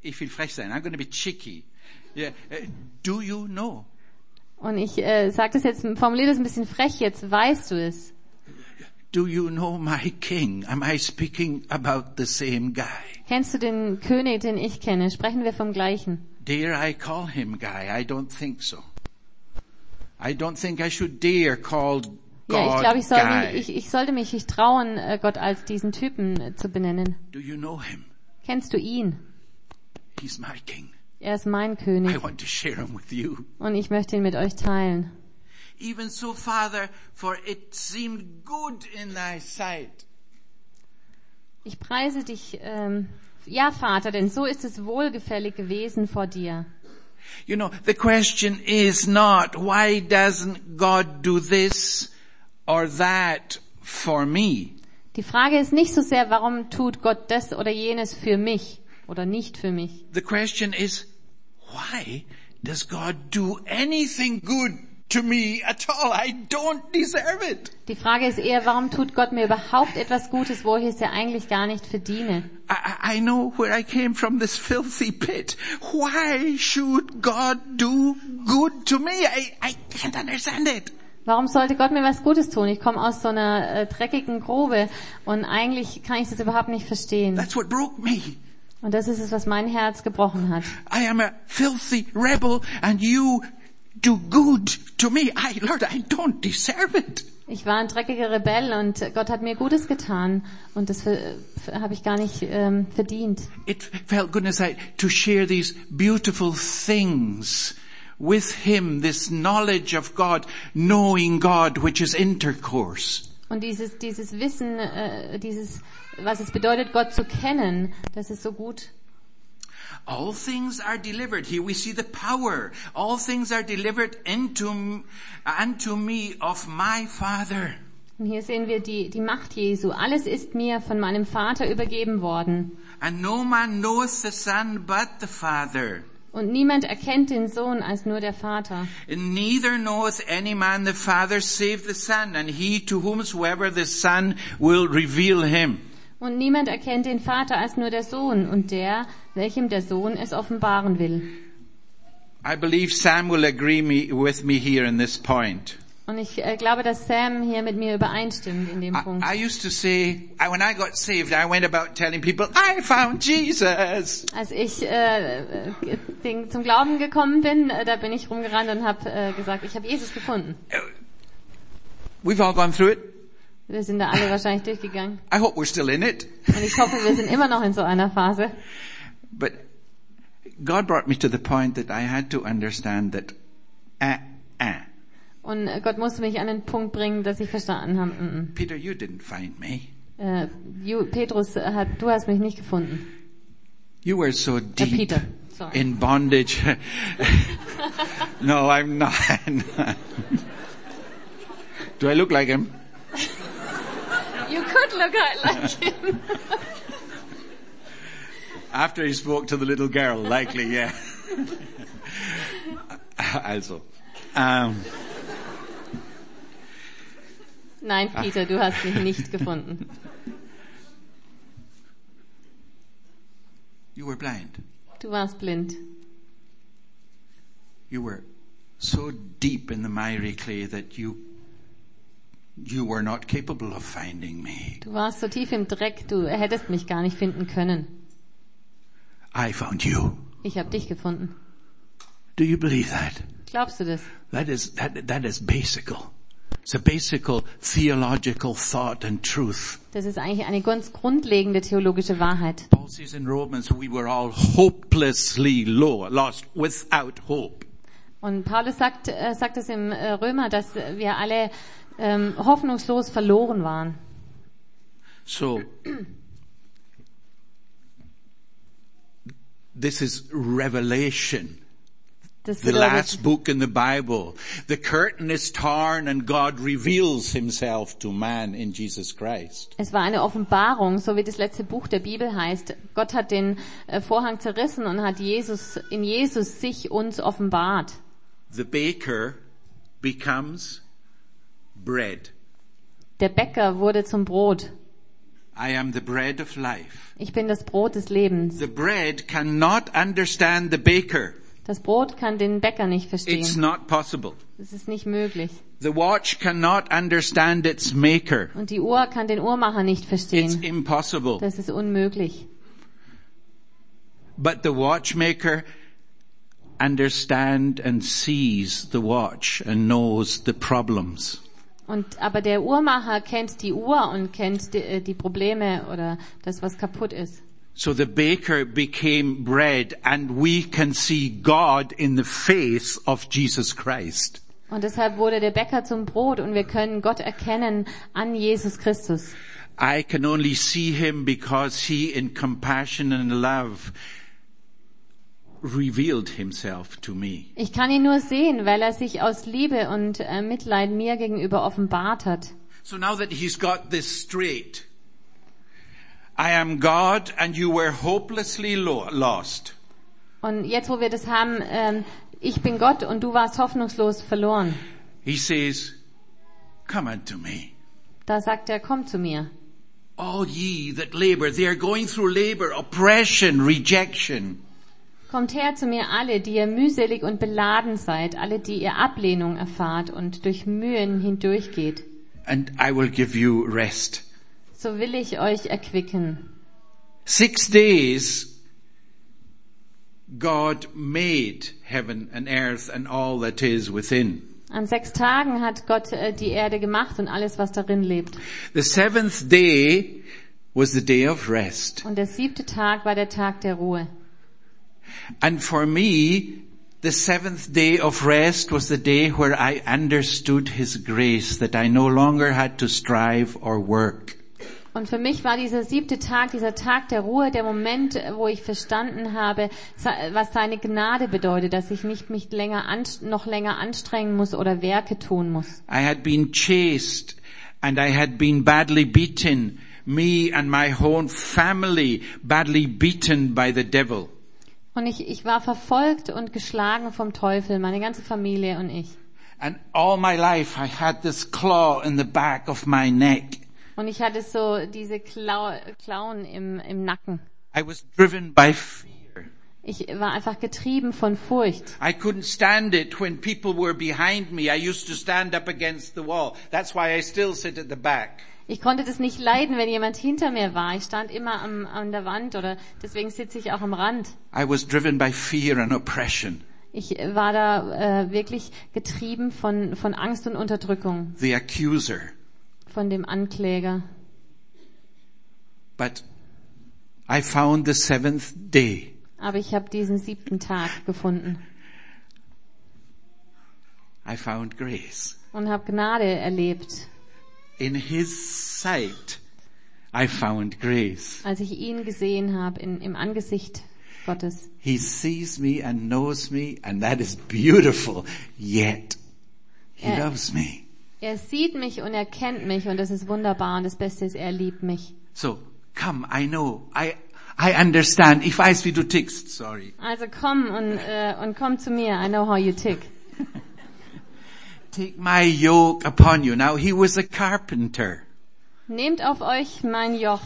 ich will frech sein. I'm going to be cheeky. Yeah. äh, Do you know? Und ich äh, sage das jetzt, formuliere das ein bisschen frech jetzt, weißt du es? Do you know my king? Am I speaking about the same guy? Kennst du den König, den ich kenne? Sprechen wir vom gleichen? Dare I call him guy? I don't think so. I don't think I should dare call God ja, ich glaube, ich, soll guy. mich- ich, ich sollte mich nicht trauen, äh, Gott als diesen Typen äh, zu benennen. Do you know him? Kennst du ihn? He's my king. Er ist mein I König want to share him with you. und ich möchte ihn mit euch teilen. Even so, Father, for it seemed good in thy sight. Ich preise dich, ähm, ja Vater, denn so ist es wohlgefällig gewesen vor dir. You know, the question is not why doesn't God do this or that for me? Die Frage ist nicht so sehr, warum tut Gott das oder jenes für mich oder nicht für mich, The question is why does God do anything good to me at all? I don't deserve it. Die Frage ist eher, warum tut Gott mir überhaupt etwas Gutes, wo ich es ja eigentlich gar nicht verdiene? I, I I know where I came from, this filthy pit. Why should God do good to me? I, I can't understand it. Warum sollte Gott mir was Gutes tun? Ich komme aus so einer äh, dreckigen Grube und eigentlich kann ich das überhaupt nicht verstehen. That's what broke me. Und das ist es, was mein Herz gebrochen hat. I am a filthy rebel and you do good to me. I, Lord, I don't deserve it. Ich war ein dreckiger Rebell und Gott hat mir Gutes getan und das ver- ver- habe ich gar nicht ähm, verdient. It felt good inside to share these beautiful things with Him, this knowledge of God, knowing God, which is intercourse. Und dieses, dieses Wissen, äh, dieses, was es bedeutet, Gott zu kennen, das ist so gut. All things are delivered. Here we see the power. All things are delivered into, unto me of my Father. Und hier sehen wir die, die Macht Jesu. Alles ist mir von meinem Vater übergeben worden. And no man knoweth the Son but the Father. Und niemand erkennt den Sohn als nur der Vater. Neither knoweth any man the Father save the Son, and he to whomsoever the Son will reveal him. Und niemand erkennt den Vater als nur der Sohn und der, welchem der Sohn es offenbaren will. I believe Sam will agree me, with me here in this point. Und ich äh, glaube, dass Sam hier mit mir übereinstimmt in dem I, Punkt. I used to say, I, when I got saved, I went about telling people, I found Jesus. Als ich äh, äh, Ding zum Glauben gekommen bin, äh, da bin ich rumgerannt und habe äh, gesagt, ich habe Jesus gefunden. We've all gone through it. Wir sind da alle wahrscheinlich durchgegangen. I hope we're still in it. Und ich hoffe, wir sind immer noch in so einer Phase. But God brought me to the point that I had to understand that, ah, ah. Und äh, Gott musste mich an den Punkt bringen, dass ich verstanden habe. Mm Peter, you didn't find me. -mm. Äh, Ju- Petrus, äh, hat, du hast mich nicht gefunden. You were so deep Uh, Peter, sorry. in bondage. no, I'm not. Do I look like him? You could look like him. After he spoke to the little girl, likely, yeah. also. Um, Nein, Peter, du hast mich nicht gefunden. you were blind. Du warst blind. You were so deep in the miry clay that you you were not capable of finding me. Du warst so tief im Dreck, du hättest mich gar nicht finden können. I found you. Ich habe dich gefunden. Do you believe that? Glaubst du das? That is, that, that is basical. It's a basical theological thought and truth. Das ist eigentlich eine ganz grundlegende theologische Wahrheit. Paul says in Romans, we were all hopelessly low, lost without hope. Und Paulus sagt, äh, sagt es im äh, Römer, dass äh, wir alle ähm, hoffnungslos verloren waren. So, this is revelation Das the bedeutet, last book in the Bible. The curtain is torn and God reveals himself to man in Jesus Christ. es war eine Offenbarung, so wie das letzte Buch der Bibel heißt. Gott hat den äh, Vorhang zerrissen und hat Jesus, in Jesus sich uns offenbart. The baker becomes bread. Der Bäcker wurde zum Brot. I am the bread of life. Ich bin das Brot des Lebens. The bread cannot understand the baker. Das Brot kann den Bäcker nicht It's verstehen. not possible. Es ist nicht möglich. The watch cannot understand its maker. Und die Uhr kann den Uhrmacher nicht It's verstehen. impossible. Das ist unmöglich. But the watchmaker understand and sees the watch and knows the problems. Und, aber der Uhrmacher kennt die Uhr und kennt die, äh, die Probleme oder das, was kaputt ist. So the baker became bread and we can see God in the face of Jesus Christ. Und deshalb wurde der Bäcker zum Brot und wir können Gott erkennen an Jesus Christus. I can only see him because he in compassion and love revealed himself to me. Ich kann ihn nur sehen, weil er sich aus Liebe und äh, Mitleid mir gegenüber offenbart hat. So now that he's got this straight, I am God and you were hopelessly lo- lost. Und jetzt, wo wir das haben, ähm, ich bin Gott und du warst hoffnungslos verloren. He says, come unto me. Da sagt er, komm zu mir. All ye that labor, they are going through labor, oppression, rejection. Kommt her zu mir alle, die ihr mühselig und beladen seid, alle, die ihr Ablehnung erfahrt und durch Mühen hindurchgeht. and I will give you rest. So will ich euch erquicken. Six days, God made heaven and earth and all that is within. An sechs Tagen hat Gott äh, die Erde gemacht und alles, was darin lebt. The seventh day was the day of rest. Und der siebte Tag war der Tag der Ruhe. And for me, the seventh day of rest was the day where I understood His grace, that I no longer had to strive or work. Und für mich war dieser siebte Tag, dieser Tag der Ruhe, der Moment, äh, wo ich verstanden habe, se- was seine Gnade bedeutet, dass ich nicht mich länger anst- noch länger anstrengen muss oder Werke tun muss. I had been chased and I had been badly beaten. Me and my whole family badly beaten by the devil. Und ich, ich war verfolgt und geschlagen vom Teufel, meine ganze Familie und ich. And all my life I had this claw in the back of my neck. Und ich hatte so diese Klau Klauen im, im Nacken. I was driven by fear. Ich war einfach getrieben von Furcht. I couldn't stand it when people were behind me. I used to stand up against the wall. That's why I still sit at the back. Ich konnte das nicht leiden, wenn jemand hinter mir war. Ich stand immer am, an der Wand oder deswegen sitze ich auch am Rand. I was driven by fear and oppression. Ich war da äh, wirklich getrieben von, von Angst und Unterdrückung, The accuser. von dem Ankläger. But I found the seventh day. Aber ich habe diesen siebten Tag gefunden I found grace. und habe Gnade erlebt. In his sight, I found grace. Als ich ihn gesehen habe in- im Angesicht Gottes, He sees me and knows me and that is beautiful. Yet, he Yeah. loves me. er sieht mich und er kennt mich und das ist wunderbar und das Beste ist, er liebt mich. So, come, I know, I, I understand. Ich weiß, wie du tickst. Sorry. Also komm und, äh, und komm zu mir, I know how you tick. Take my yoke upon you. Now, he was a carpenter. Nehmt auf euch mein Joch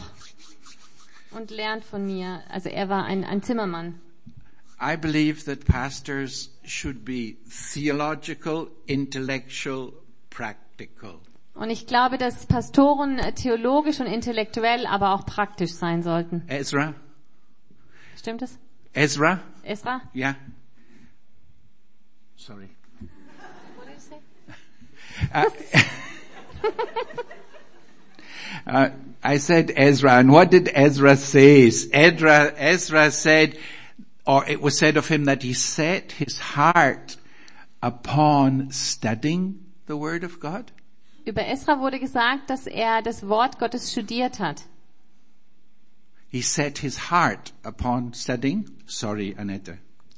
und lernt von mir. Also er war ein, ein Zimmermann. I believe that pastors should be theological, intellectual, practical. Und ich glaube, dass Pastoren äh, theologisch und intellektuell, aber auch praktisch sein sollten. Ezra? Stimmt es? Ezra? Esra? Yeah. Sorry. Uh, I said Ezra, and what did Ezra say? Ezra, Ezra said, or it was said of him that he set his heart upon studying the Word of God. Über Esra wurde gesagt, dass er das Wort Gottes studiert hat. He set his heart upon studying. Sorry, Aneta.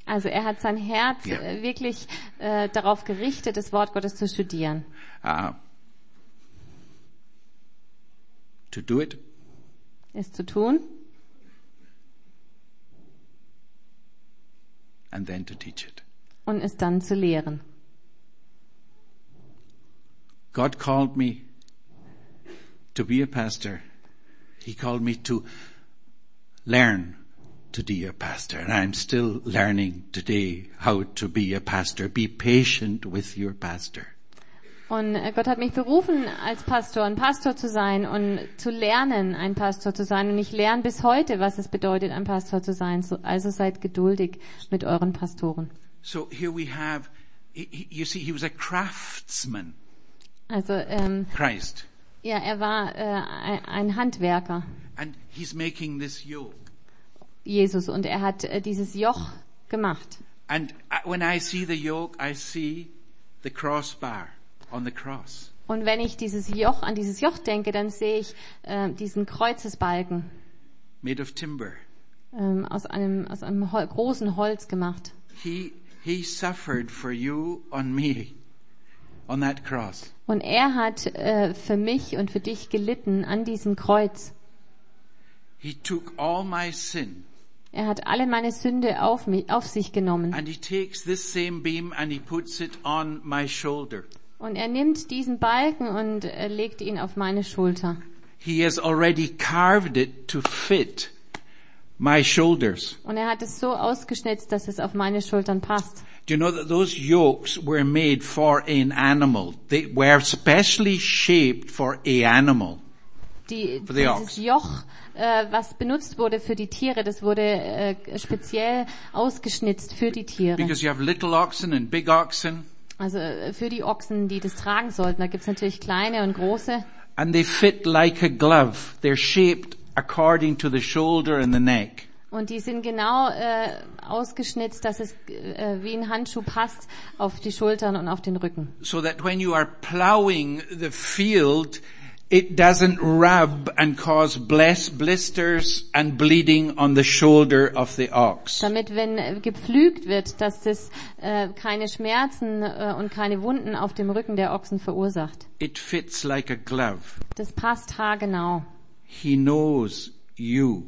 Also er hat sein Herz Ja. äh, wirklich äh, darauf gerichtet, das Wort Gottes zu studieren. Uh, to do it, Es zu tun and then to teach it. und es dann zu lehren. God called me to be a pastor. He called me to learn to be a pastor. And I'm still learning today how to be a pastor. Be patient with your pastor. Und äh, Gott hat mich berufen, als Pastor, ein Pastor zu sein und zu lernen, ein Pastor zu sein. Und ich lerne bis heute, was es bedeutet, ein Pastor zu sein. So, also seid geduldig mit euren Pastoren. So here we have, he- he- you see, he was a craftsman, Also ähm, Christ. ja, er war äh, ein- ein Handwerker, And he's making this yoke. Jesus, und er hat äh, dieses Joch gemacht. And I- when I see the yoke, I see the crossbar on the cross. Und wenn ich dieses Joch an dieses Joch denke, dann sehe ich äh, diesen Kreuzesbalken made of timber. ähm, aus einem aus einem Hol großen Holz gemacht. He, he suffered for you on me on that cross. Und er hat äh, für mich und für dich gelitten an diesem Kreuz. He took all my sin Er hat alle meine Sünde auf mich auf sich genommen. and he takes this same beam and he puts it on my shoulder. Und er nimmt diesen Balken und äh, legt ihn auf meine Schulter. He has already carved it to fit my shoulders. Und er hat es so ausgeschnitzt, dass es auf meine Schultern passt. Do you know that those yokes were made for an animal? They were specially shaped for a animal. Die, For the dieses ox. Joch, äh, was benutzt wurde für die Tiere, das wurde äh, speziell ausgeschnitzt für die Tiere. Because you have little oxen and big oxen Also äh, für die Ochsen, die das tragen sollten. Da gibt's natürlich kleine und große. and they fit like a glove. They're shaped according to the shoulder and the neck. Und die sind genau äh, ausgeschnitzt, dass es äh, wie ein Handschuh passt auf die Schultern und auf den Rücken. so that when you are plowing the field, it doesn't rub and cause bless, blisters and bleeding on the shoulder of the ox. Damit, wenn äh, gepflügt wird, dass das äh, keine Schmerzen äh, und keine Wunden auf dem Rücken der Ochsen verursacht. It fits like a glove. Das passt haargenau. He knows you.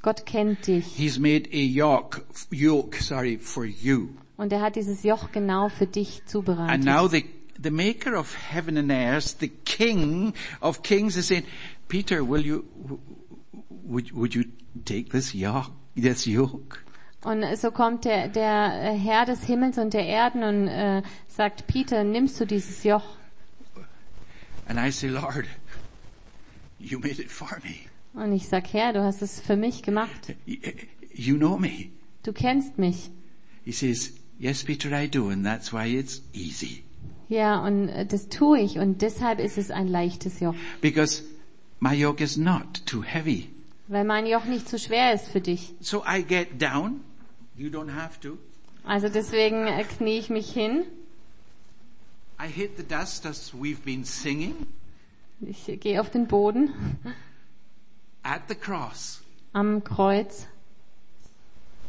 Gott kennt dich. He's made a yoke, yoke, sorry, for you. Und er hat dieses Joch genau für dich And zubereitet. now the, the maker of heaven and earth, the king of kings is saying, Peter, will you, w- w- would, would you take this yoke, this yoke? Und so kommt der, der äh, Herr des Himmels und der Erden und äh, sagt, Peter, nimmst du dieses Joch? And I say, Lord, you made it for me. Und ich sag, Herr, du hast es für mich gemacht. Y- You know me. Du kennst mich. He says, yes, Peter, I do. And that's why it's easy Ja, und äh, das tue ich. Und deshalb ist es ein leichtes Joch. because my yoke is not too heavy. Weil mein Joch nicht zu schwer ist für dich. So I get down. You don't have to. Also deswegen äh, knie ich mich hin. I hit the dust as we've been singing Ich gehe auf den Boden at the cross. am Kreuz.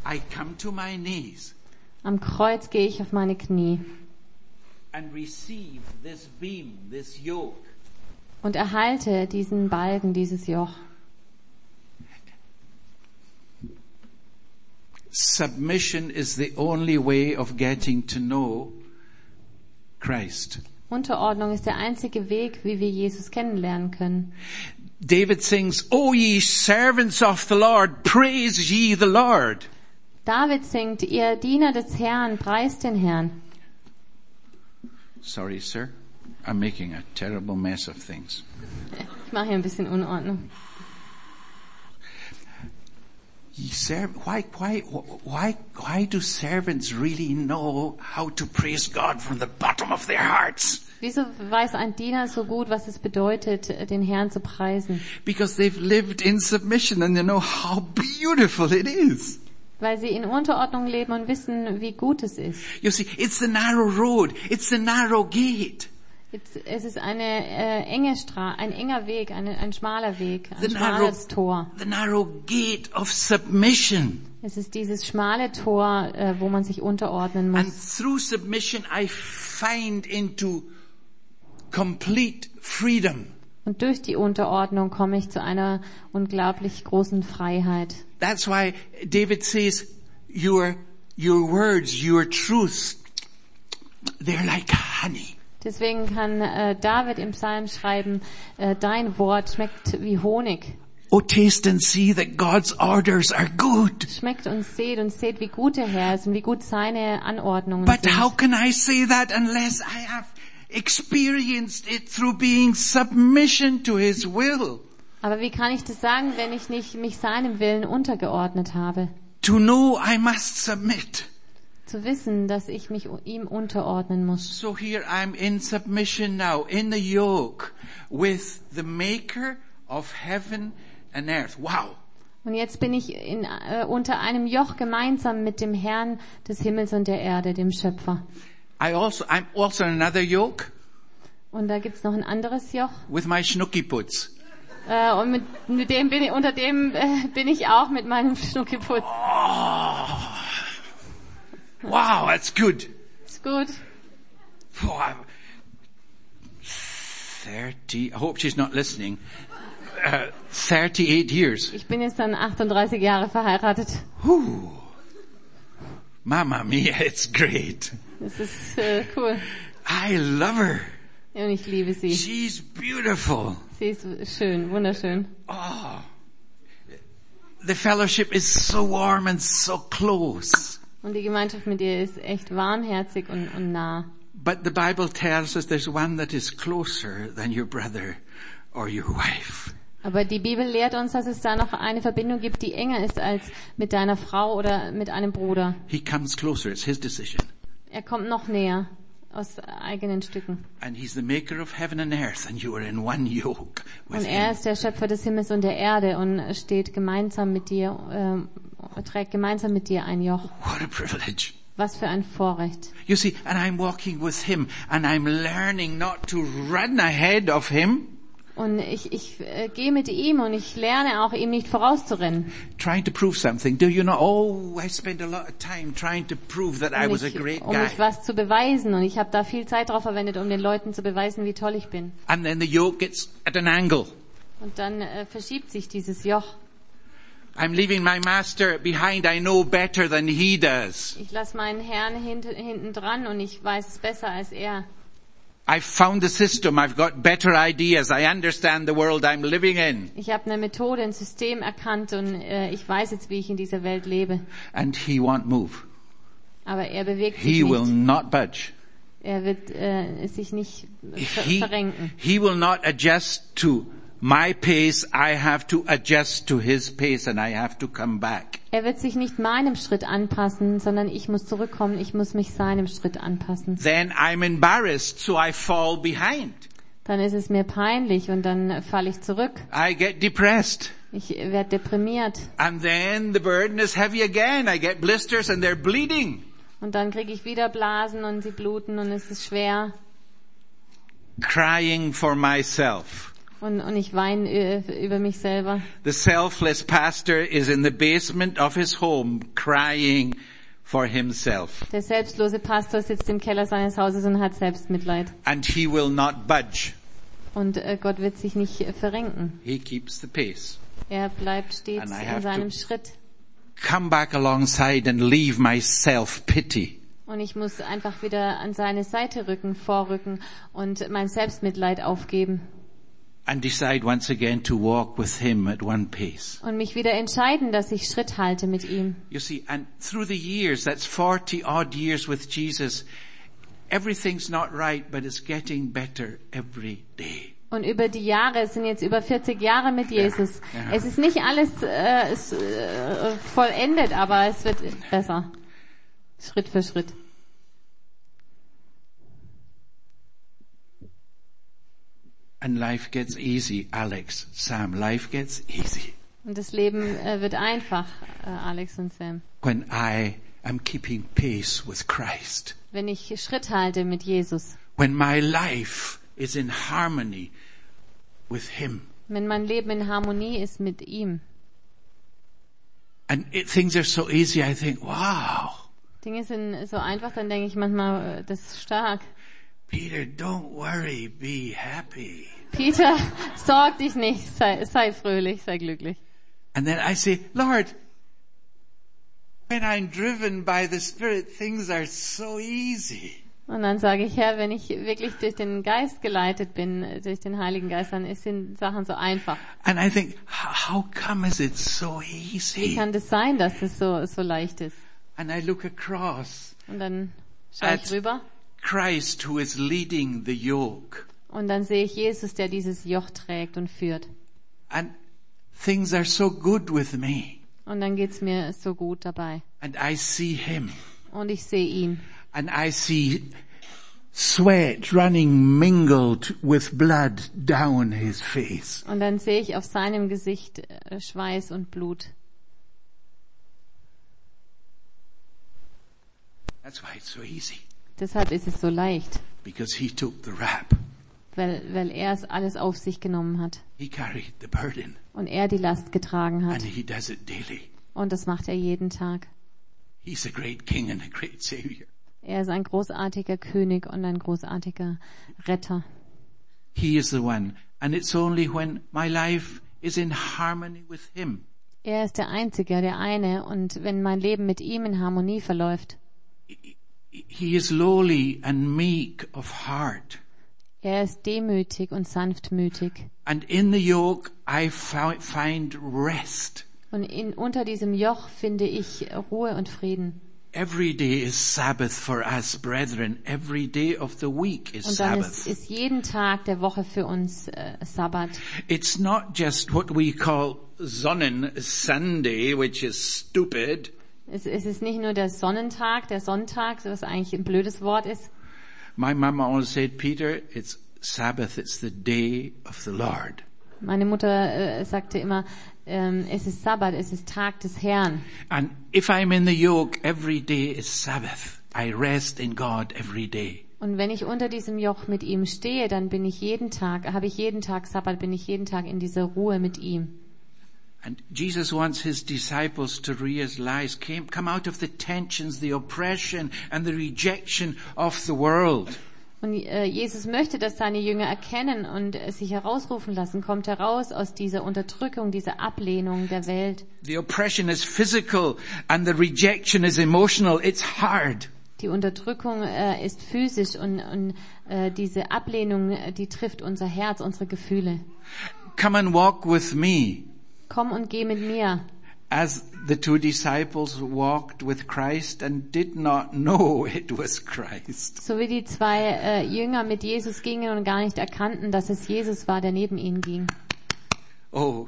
I come to my knees Am Kreuz gehe ich auf meine Knie and receive this beam, this yoke. und erhalte diesen Balken, dieses Joch. Submission is the only way of getting to know Christ. Unterordnung ist der einzige Weg, wie wir Jesus kennenlernen können. David sings, O ye servants of the Lord, praise ye the Lord. David singt, ihr Diener des Herrn, preist den Herrn. Sorry, sir. I'm making a terrible mess of things. Ich mache hier ein bisschen Unordnung. Ye serv- why, why, why, why do servants really know how to praise God from the bottom of their hearts? Wieso weiß ein Diener so gut, was es bedeutet, den Herrn zu preisen? Because they've lived in submission and they know how beautiful it is. Weil sie in Unterordnung leben und wissen, wie gut es ist. You see, it's the narrow road. It's the narrow gate. It's, es ist eine äh, enge Stra ein enger Weg, eine, ein schmaler Weg, ein The narrow, schmales Tor. the narrow gate of submission. Es ist dieses schmale Tor, äh, wo man sich unterordnen And muss. through submission, I find into complete freedom. Und durch die Unterordnung komme ich zu einer unglaublich großen Freiheit. That's why David says, your, your words, your truths, they're like honey. Deswegen kann äh, David im Psalm schreiben, äh, dein Wort schmeckt wie Honig. Oh, taste and see that God's orders are good. Schmeckt und seht und seht, wie gut der Herr ist und wie gut seine Anordnungen But sind. how can I say that unless I have experienced it through being submission to His will? Aber wie kann ich das sagen, wenn ich nicht mich seinem Willen untergeordnet habe? To know I must submit. Zu wissen, dass ich mich u- ihm unterordnen muss. So here I'm in submission now, in the yoke with the maker of heaven and earth. Wow. Und jetzt bin ich in, äh, unter einem Joch gemeinsam mit dem Herrn des Himmels und der Erde, dem Schöpfer. I also, I'm also in another yoke Und da gibt's noch ein anderes Joch. with my schnooky puts. Äh, und mit, mit dem bin ich, unter dem äh, bin ich auch mit meinem Schnuckiputz. Wow, that's good. Ist gut. Oh, I'm 30, I hope she's not listening. Uh, 38 years. Ich bin jetzt dann 38 Jahre verheiratet. Mamma mia, it's great. Das ist äh, cool. I love her. Und ich liebe sie. She's beautiful. Sie ist schön, wunderschön. The fellowship is so warm and so close. Und die Gemeinschaft mit ihr ist echt warmherzig und, und nah. But the Bible tells us there's one that is closer than your brother or your wife. Aber die Bibel lehrt uns, dass es da noch eine Verbindung gibt, die enger ist als mit deiner Frau oder mit einem Bruder. He comes closer. It's his decision. Er kommt noch näher aus eigenen Stücken. And he's the maker of heaven and earth and you are in one yoke with Und er him. ist der Schöpfer des Himmels und der Erde und steht gemeinsam mit dir, ähm, trägt gemeinsam mit dir ein Joch. What a privilege. Was für ein Vorrecht. You see, and I'm walking with him and I'm learning not to run ahead of him, Und ich, ich äh, gehe mit ihm und ich lerne auch, ihm nicht vorauszurennen. trying to prove something. Do you know? Oh, I spent a lot of time trying to prove that I um was a mich, great um guy. mich was zu beweisen. Und ich habe da viel Zeit drauf verwendet, um den Leuten zu beweisen, wie toll ich bin. And then the yoke gets at an angle. Und dann äh, verschiebt sich dieses Joch. I'm leaving my master behind. I know better than he does. Ich lasse meinen Herrn hint, hinten dran und ich weiß es besser als er. I've found the system. I've got better ideas. I understand the world I'm living in. Ich habe eine Methode, ein System erkannt und äh, ich weiß jetzt, wie ich in dieser Welt lebe. And he won't move. Aber er bewegt sich He will nicht. not budge. Er wird äh, sich nicht ver He, verrenken. he will not adjust to my pace. I have to adjust to his pace and I have to come back. Er wird sich nicht meinem Schritt anpassen, sondern ich muss zurückkommen, ich muss mich seinem Schritt anpassen. Then I'm embarrassed, so I fall behind. Dann ist es mir peinlich und dann falle ich zurück. I get depressed. Ich werde deprimiert And then the burden is heavy again. I get blisters and they're bleeding. und dann kriege ich wieder Blasen und sie bluten und es ist schwer Crying for myself. und, und ich weine äh, über mich selber. The selfless pastor is in the basement of his home crying for himself Der selbstlose Pastor sitzt im Keller seines Hauses und hat Selbstmitleid and he will not budge. und äh, Gott wird sich nicht äh, verrenken. He keeps the pace. Er bleibt stets And I in have seinem to- Schritt Come back alongside and leave my self-pity. und ich muss einfach wieder an seine Seite rücken, vorrücken und mein Selbstmitleid aufgeben And decide once again to walk with him at one pace. und mich wieder entscheiden, dass ich Schritt halte mit ihm. You see, and through the years, that's 40 odd years with Jesus, everything's not right, but it's getting better every day. Und über die Jahre, es sind jetzt über 40 Jahre mit Jesus. ja. Es ist nicht alles äh, es, äh, vollendet, aber es wird besser. Schritt für Schritt. And life gets easy, Alex, Sam, life gets easy. Und das Leben äh, wird einfach, äh, Alex und Sam. when I am keeping pace with Christ, Wenn ich Schritt halte mit Jesus. when my life is in harmony with Him. wenn mein Leben in Harmonie ist mit ihm. And it, things are so easy, I think, wow, Dinge sind so einfach, dann denke ich manchmal, äh, das ist stark. Peter, don't worry, be happy. Peter, sorg dich nicht, sei, sei fröhlich, sei glücklich. And then I say, Lord, when I'm driven by the Spirit, things are so easy. Und dann sage ich, Herr, wenn ich wirklich durch den Geist geleitet bin, äh, durch den Heiligen Geist, dann ist- sind Sachen so einfach. And I think, "H- how come is it so Wie easy? kann das sein, dass es so, so leicht ist? And I look across Und dann schaue At- ich rüber Christ who is leading the yoke und dann sehe ich Jesus, der dieses Joch trägt und führt. and things are so good with me Und dann geht's mir so gut dabei. and I see him Und ich sehe ihn. and I see sweat running mingled with blood down his face. Und dann sehe ich auf seinem Gesicht äh, Schweiß und Blut. That's why it's so easy Deshalb ist es so leicht, because he took the rap. weil, weil er es alles auf sich genommen hat He carried the burden und er die Last getragen and hat. he does it daily. Und das macht er jeden Tag. He's a great king and a great savior. Er ist ein großartiger König und ein großartiger Retter. He is the one. And it's only when my life is in harmony with him, Er ist der Einzige, der eine. Und wenn mein Leben mit ihm in Harmonie verläuft, he is lowly and meek of heart. er ist demütig und sanftmütig. And in the yoke, I fou- find rest. Und in, unter diesem Joch finde ich Ruhe und Frieden. Every day is Sabbath for us, brethren. Every day of the week is Und dann ist, Sabbath. ist jeden Tag der Woche für uns äh, Sabbat. It's not just what we call Sonnen Sunday, which is stupid, Es, es ist nicht nur der Sonnentag, der Sonntag, was eigentlich ein blödes Wort ist. My mama always said, Peter, it's Sabbath, it's the day of the Lord. Meine Mutter äh, sagte immer, ähm, es ist Sabbat, es ist Tag des Herrn. And if I'm in the yoke, every day is Sabbath. I rest in God every day. Und wenn ich unter diesem Joch mit ihm stehe, dann bin ich jeden Tag, habe ich jeden Tag Sabbat, bin ich jeden Tag in dieser Ruhe mit ihm. And Jesus wants his disciples to realize, came, come out of the tensions, the oppression and the rejection of the world. Und äh, Jesus möchte, dass seine Jünger erkennen und äh, sich herausrufen lassen, kommt heraus aus dieser Unterdrückung, dieser Ablehnung der Welt. The oppression is physical and the rejection is emotional. It's hard. Die Unterdrückung äh, ist physisch und, und äh, diese Ablehnung, äh, die trifft unser Herz, unsere Gefühle. Come and walk with me. Komm und geh mit mir. as the two disciples walked with Christ and did not know it was Christ. So wie die zwei äh, Jünger mit Jesus gingen und gar nicht erkannten, dass es Jesus war, der neben ihnen ging. Oh,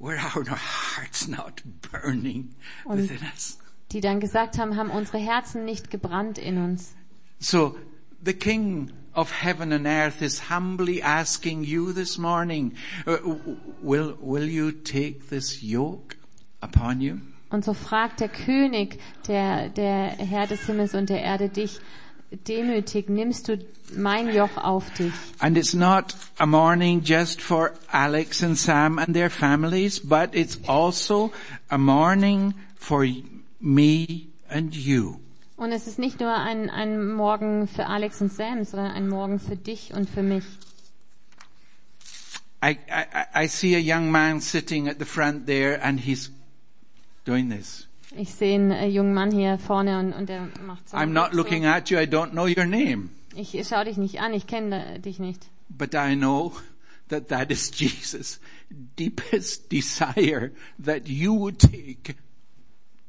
were our hearts not burning within us? Die dann gesagt haben, haben unsere Herzen nicht gebrannt in uns. So the King of heaven and earth is humbly asking you this morning, uh, w- will, will you take this yoke upon you? Und so fragt der König, der, der Herr des Himmels und der Erde dich, demütig, nimmst du mein Joch auf dich? And it's not a morning just for Alex and Sam and their families, but it's also a morning for me and you. Und es ist nicht nur ein, ein Morgen für Alex und Sam, sondern ein Morgen für dich und für mich. I, I, I- I see a young man sitting at the front there and he's doing this. Ich sehe einen äh, jungen Mann hier vorne und, und der macht so. I'm not looking at you. I don't know your name, Ich schaue dich nicht an, ich kenne dich nicht. but I know that that is Jesus' deepest desire that you would take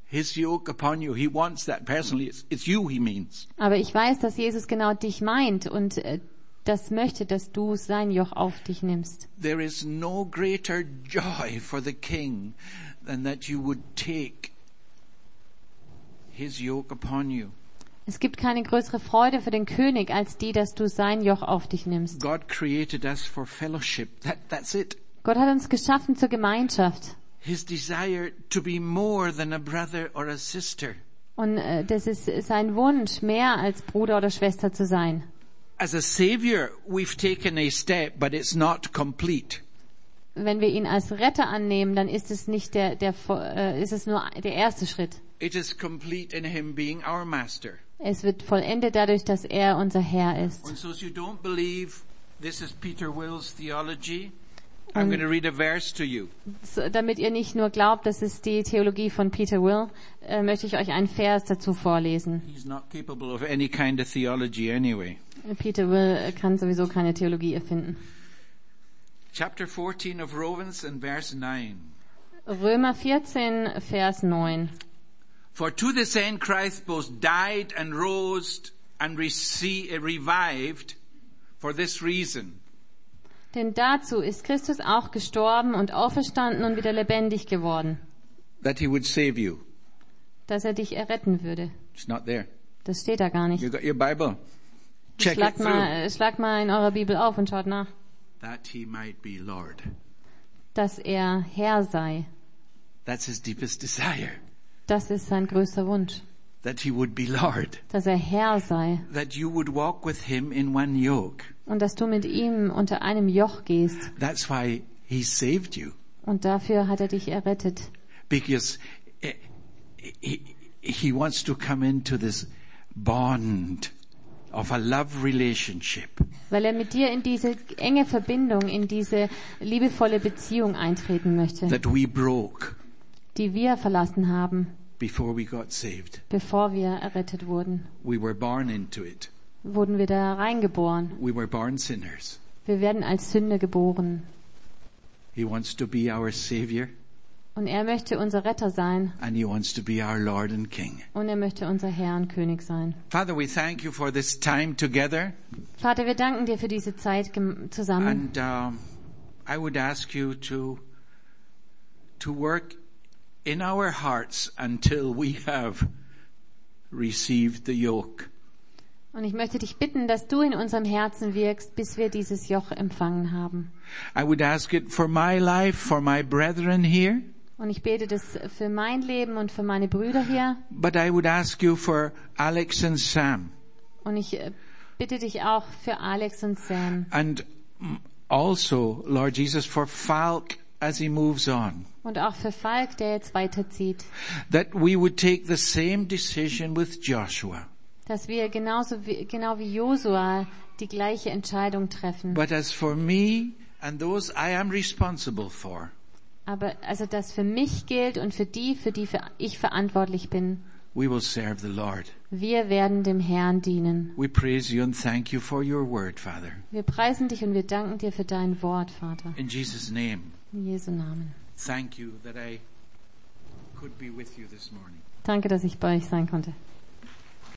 his yoke upon you. He wants that personally. It's, it's you he means. Aber ich weiß, dass Jesus genau dich meint und äh, das möchte, dass du sein Joch auf dich nimmst. There is no greater joy for the king than that you would take his yoke upon you. Es gibt keine größere Freude für den König als die, dass du sein Joch auf dich nimmst. God created us for fellowship. That, that's it. Gott hat uns geschaffen zur Gemeinschaft His desire to be more than a brother or a sister. und äh, das ist sein Wunsch, mehr als Bruder oder Schwester zu sein. as a savior, we've taken a step, but it's not complete. Wenn wir ihn als Retter annehmen, dann ist es nicht der, der vo- äh, ist es nur der erste Schritt. It is complete in him being our master. Es wird vollendet dadurch, dass er unser Herr ist. And so, if you don't believe this is Peter Will's theology, I'm going to read a verse to you. So, damit ihr nicht nur glaubt, das ist die Theologie von Peter Will, äh, möchte ich euch einen Vers dazu vorlesen. He's not capable of any kind of theology anyway. Peter Will äh, kann sowieso keine Theologie erfinden. Chapter 14 of Romans and verse 9. Römer 14, Vers 9. For to this end Christ both died and rose and rece- uh, revived for this reason, Denn dazu ist Christus auch gestorben und auferstanden und wieder lebendig geworden, that he would save you. dass er dich erretten würde. It's not there. Das steht da gar You nicht. got your Bible? Check it Schlagt through. mal, äh, schlagt mal in eurer Bibel auf und schaut nach, That he might be Lord. dass er Herr sei. That's his deepest desire. Das ist sein größter Wunsch, That he would be Lord. dass er Herr sei That you would walk with him in one yoke. und dass du mit ihm unter einem Joch gehst. That's why he saved you. Und dafür hat er dich errettet. Because eh, he, he wants to come into this bond of a love relationship. Weil er mit dir in diese enge Verbindung, in diese liebevolle Beziehung eintreten möchte, that we broke die wir verlassen haben, before we got saved. bevor wir errettet wurden. We were born into it. Wurden wir da reingeboren. We were born sinners. Wir werden als Sünde geboren. He wants to be our Savior Und er möchte unser Retter sein and He wants to be our Lord and King. und er möchte unser Herr und König sein. Father, we thank you for this time together Vater, wir danken dir für diese Zeit gem- zusammen. and um, I would ask you to, to work in our hearts until we have received the yoke. Und ich möchte dich bitten, dass du in unserem Herzen wirkst, bis wir dieses Joch empfangen haben. I would ask it for my life, for my brethren here, Und ich bete das für mein Leben und für meine Brüder hier. but I would ask you for Alex and Sam. Und ich äh, bitte dich auch für Alex und Sam And also, Lord Jesus, for Falk as he moves on, und auch für Falk, der jetzt weiterzieht, that we would take the same decision with Joshua, dass wir genauso wie, genau wie Josua die gleiche Entscheidung treffen. but as for me and those I am responsible for, Aber also das für mich gilt und für die, für die ver- ich verantwortlich bin. we will serve the Lord. Wir werden dem Herrn dienen. We praise you and thank you for your word, Father. Wir preisen dich und wir danken dir für dein Wort, Vater. In Jesus' name, In Jesu Namen. thank you that I could be with you this morning. Danke, dass ich bei euch sein konnte.